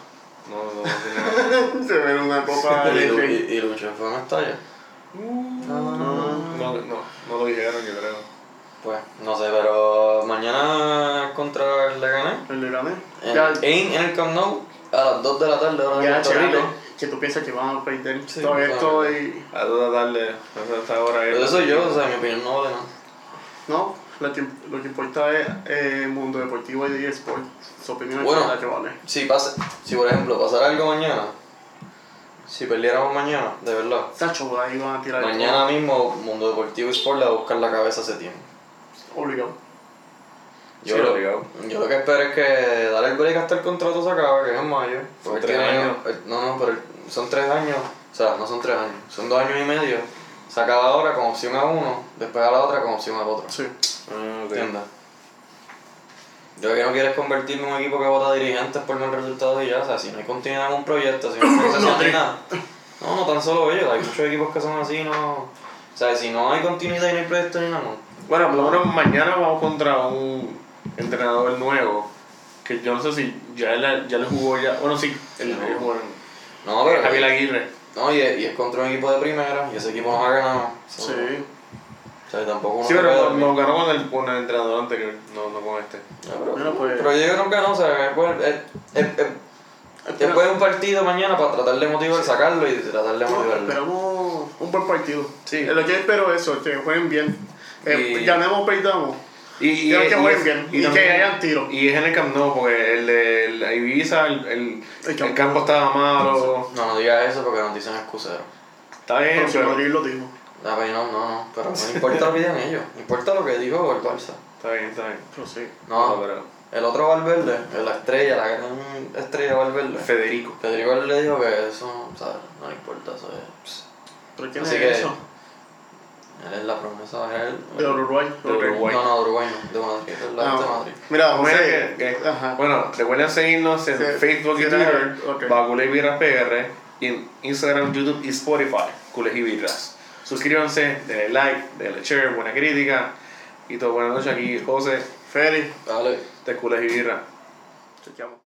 Speaker 1: No, no, no.
Speaker 3: Se ve una copa
Speaker 2: Y,
Speaker 3: de
Speaker 2: Lu-
Speaker 3: leche.
Speaker 2: y, y Lucho fue una estalla.
Speaker 3: Uh.
Speaker 1: No, no, no lo dijeron, yo creo.
Speaker 2: Pues no sé, pero mañana contra el Leganés.
Speaker 3: El de Granel.
Speaker 2: En,
Speaker 3: Ya,
Speaker 2: en, en el Camp Nou a las 2 de la tarde, hora de
Speaker 3: ya,
Speaker 2: Puerto Rico.
Speaker 3: chévere, que tú piensas que van a perder
Speaker 2: Sí,
Speaker 3: todo
Speaker 2: claro.
Speaker 3: esto y...
Speaker 1: A toda tarde, a esta hora. es-
Speaker 2: Pero eso yo, o sea, mi opinión no vale nada.
Speaker 3: No, lo que, lo que importa es eh, mundo deportivo y eSport. Su opinión
Speaker 2: Bueno.
Speaker 3: es la que vale.
Speaker 2: Si, pasa, si por ejemplo pasara algo mañana, si perdiéramos mañana, de verdad,
Speaker 3: Sacho, por ahí van a tirar
Speaker 2: mañana mismo Mundo Deportivo y Sport le va a buscar la cabeza a Setién.
Speaker 3: todo. Obligado.
Speaker 2: Yo,
Speaker 1: Sí,
Speaker 2: lo,
Speaker 1: obligado.
Speaker 2: yo lo que espero es que dar el break hasta el contrato se acabe, que es en mayo.
Speaker 1: Son
Speaker 2: Porque
Speaker 1: tres
Speaker 2: tiene-
Speaker 1: años.
Speaker 2: eh, no, no, pero el- son tres años. O sea, no son tres años, son dos años y medio. Se acaba ahora con opción a uno, después a la otra con opción al otro.
Speaker 3: Sí.
Speaker 1: Ah, ok.
Speaker 2: ¿Entiendes? Yo lo que no quiero es convertirme en un equipo que vota dirigentes por los resultados y ya. O sea, si no hay continuidad en un proyecto, si no hay organización ni nada. No, no tan solo ellos, hay muchos equipos que son así, no. O sea, si no hay continuidad y no hay proyecto ni nada, no,
Speaker 1: Bueno, por lo menos mañana vamos contra un entrenador nuevo. Que yo no sé si ya le, ya le jugó ya. Bueno, sí, el,
Speaker 2: Sí,
Speaker 1: el- bueno,
Speaker 2: No, pero.
Speaker 1: Javier Aguirre.
Speaker 2: No, y, y es contra un equipo de primera y ese equipo nos ha ganado. So,
Speaker 3: Sí.
Speaker 2: O sea, tampoco uno
Speaker 1: Sí,
Speaker 2: se puede
Speaker 1: pero nos
Speaker 2: dormir.
Speaker 1: nos ganó con el, con el entrenador anterior, no, no con este.
Speaker 2: No, pero,
Speaker 3: Bueno, pues-
Speaker 2: pero yo creo que no, o sea, es bueno, es- es- es- después de un partido mañana para tratar de motivar, sacarlo y tratar de
Speaker 3: No,
Speaker 2: motivarlo.
Speaker 3: esperamos un buen partido.
Speaker 1: Sí.
Speaker 3: Eh, Lo que espero es eso, que jueguen bien. Eh,
Speaker 1: Y-
Speaker 3: Ganemos o perdamos.
Speaker 1: Y,
Speaker 3: Creo que
Speaker 1: es-
Speaker 3: jueguen
Speaker 1: es-
Speaker 3: bien, y que
Speaker 1: también-
Speaker 3: hayan tiro.
Speaker 1: Y es en el Camp Nou, porque el de el Ibiza, el, el,
Speaker 3: El
Speaker 1: el
Speaker 3: campo.
Speaker 1: campo estaba malo.
Speaker 2: No, no digas eso porque nos dicen excusero.
Speaker 1: Está bien,
Speaker 3: Pero si
Speaker 1: pero.
Speaker 3: Madrid lo dijo.
Speaker 2: Ah, pero no, no, no, pero no importa lo que digan ellos, importa lo que dijo el Barça.
Speaker 1: Está bien, está bien.
Speaker 3: Pero sí.
Speaker 2: No,
Speaker 1: pero.
Speaker 2: el otro Valverde, la estrella, la gran estrella Valverde.
Speaker 1: Federico.
Speaker 2: Pedrigo le dijo que eso, o sea, no le importa, eso es.
Speaker 3: ¿Pero quién
Speaker 2: Así
Speaker 3: es
Speaker 2: que-
Speaker 3: eso?
Speaker 2: Él es la promesa, de él.
Speaker 3: De Uruguay.
Speaker 1: De Uruguay.
Speaker 2: No, no, Uruguay no, de Madrid, es la
Speaker 3: Ah,
Speaker 2: de Madrid.
Speaker 3: Mira,
Speaker 1: Mira
Speaker 3: José.
Speaker 1: que- que-
Speaker 3: Ajá.
Speaker 1: eh, Bueno, recuerden seguirnos en
Speaker 3: Sí,
Speaker 1: Facebook y
Speaker 3: sí,
Speaker 1: Twitter,
Speaker 3: ok.
Speaker 1: bajo Culé Birras PR, y en Instagram, YouTube y Spotify, Culés y Birras. Suscríbanse, denle like, denle share, buena crítica. Y todo, buenas noches aquí, José,
Speaker 3: Feli.
Speaker 2: Dale.
Speaker 1: de Culés y Birras.
Speaker 3: Chequeamos.